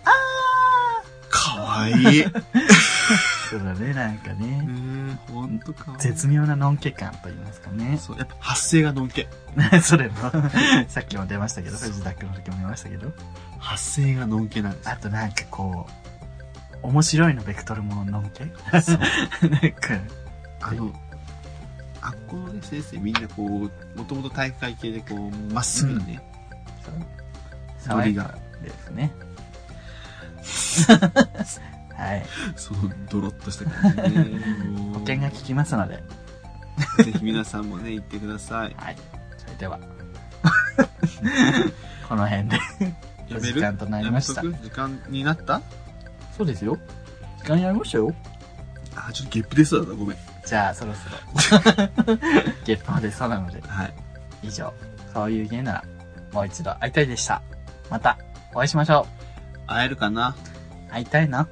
Speaker 2: かわい い。ね
Speaker 1: そうだね、なんかね、
Speaker 2: え、ほんとかわいい。
Speaker 1: 絶妙なのんけ感と言いますかね。
Speaker 2: そう、やっぱ発声がのんけ。
Speaker 1: それも、 さっきも出ましたけど、藤田君の時も出ましたけど、
Speaker 2: 発声がのんけなんです
Speaker 1: あとなんかこう、面白いのベクトルものんけ
Speaker 2: よ。そう
Speaker 1: なんか、
Speaker 2: あの、あっこのね、先生みんなこう、もともと体育会系でこう、まっすぐなね、
Speaker 1: そう
Speaker 2: 鳥が。
Speaker 1: ですね。 はい。
Speaker 2: そのドロッとした感 じね。
Speaker 1: 保
Speaker 2: もう
Speaker 1: 険が効きますので。
Speaker 2: ぜひ皆さんもね、行ってください。
Speaker 1: はい。それでは。 この辺で。
Speaker 2: やめ
Speaker 1: 時
Speaker 2: る
Speaker 1: 間となりました
Speaker 2: やめとく時間になった
Speaker 1: そうですよ。時間やりましたよ。
Speaker 2: あ、ちょっとゲップ出そうだな、ごめん。
Speaker 1: じゃあ、そろそろ。 ゲップまでそうなので。
Speaker 2: はい。
Speaker 1: 以上、そういう芸なら、もう一度会いたいでした。また、お会いしましょ
Speaker 2: 会えるかな
Speaker 1: う。会いたいな。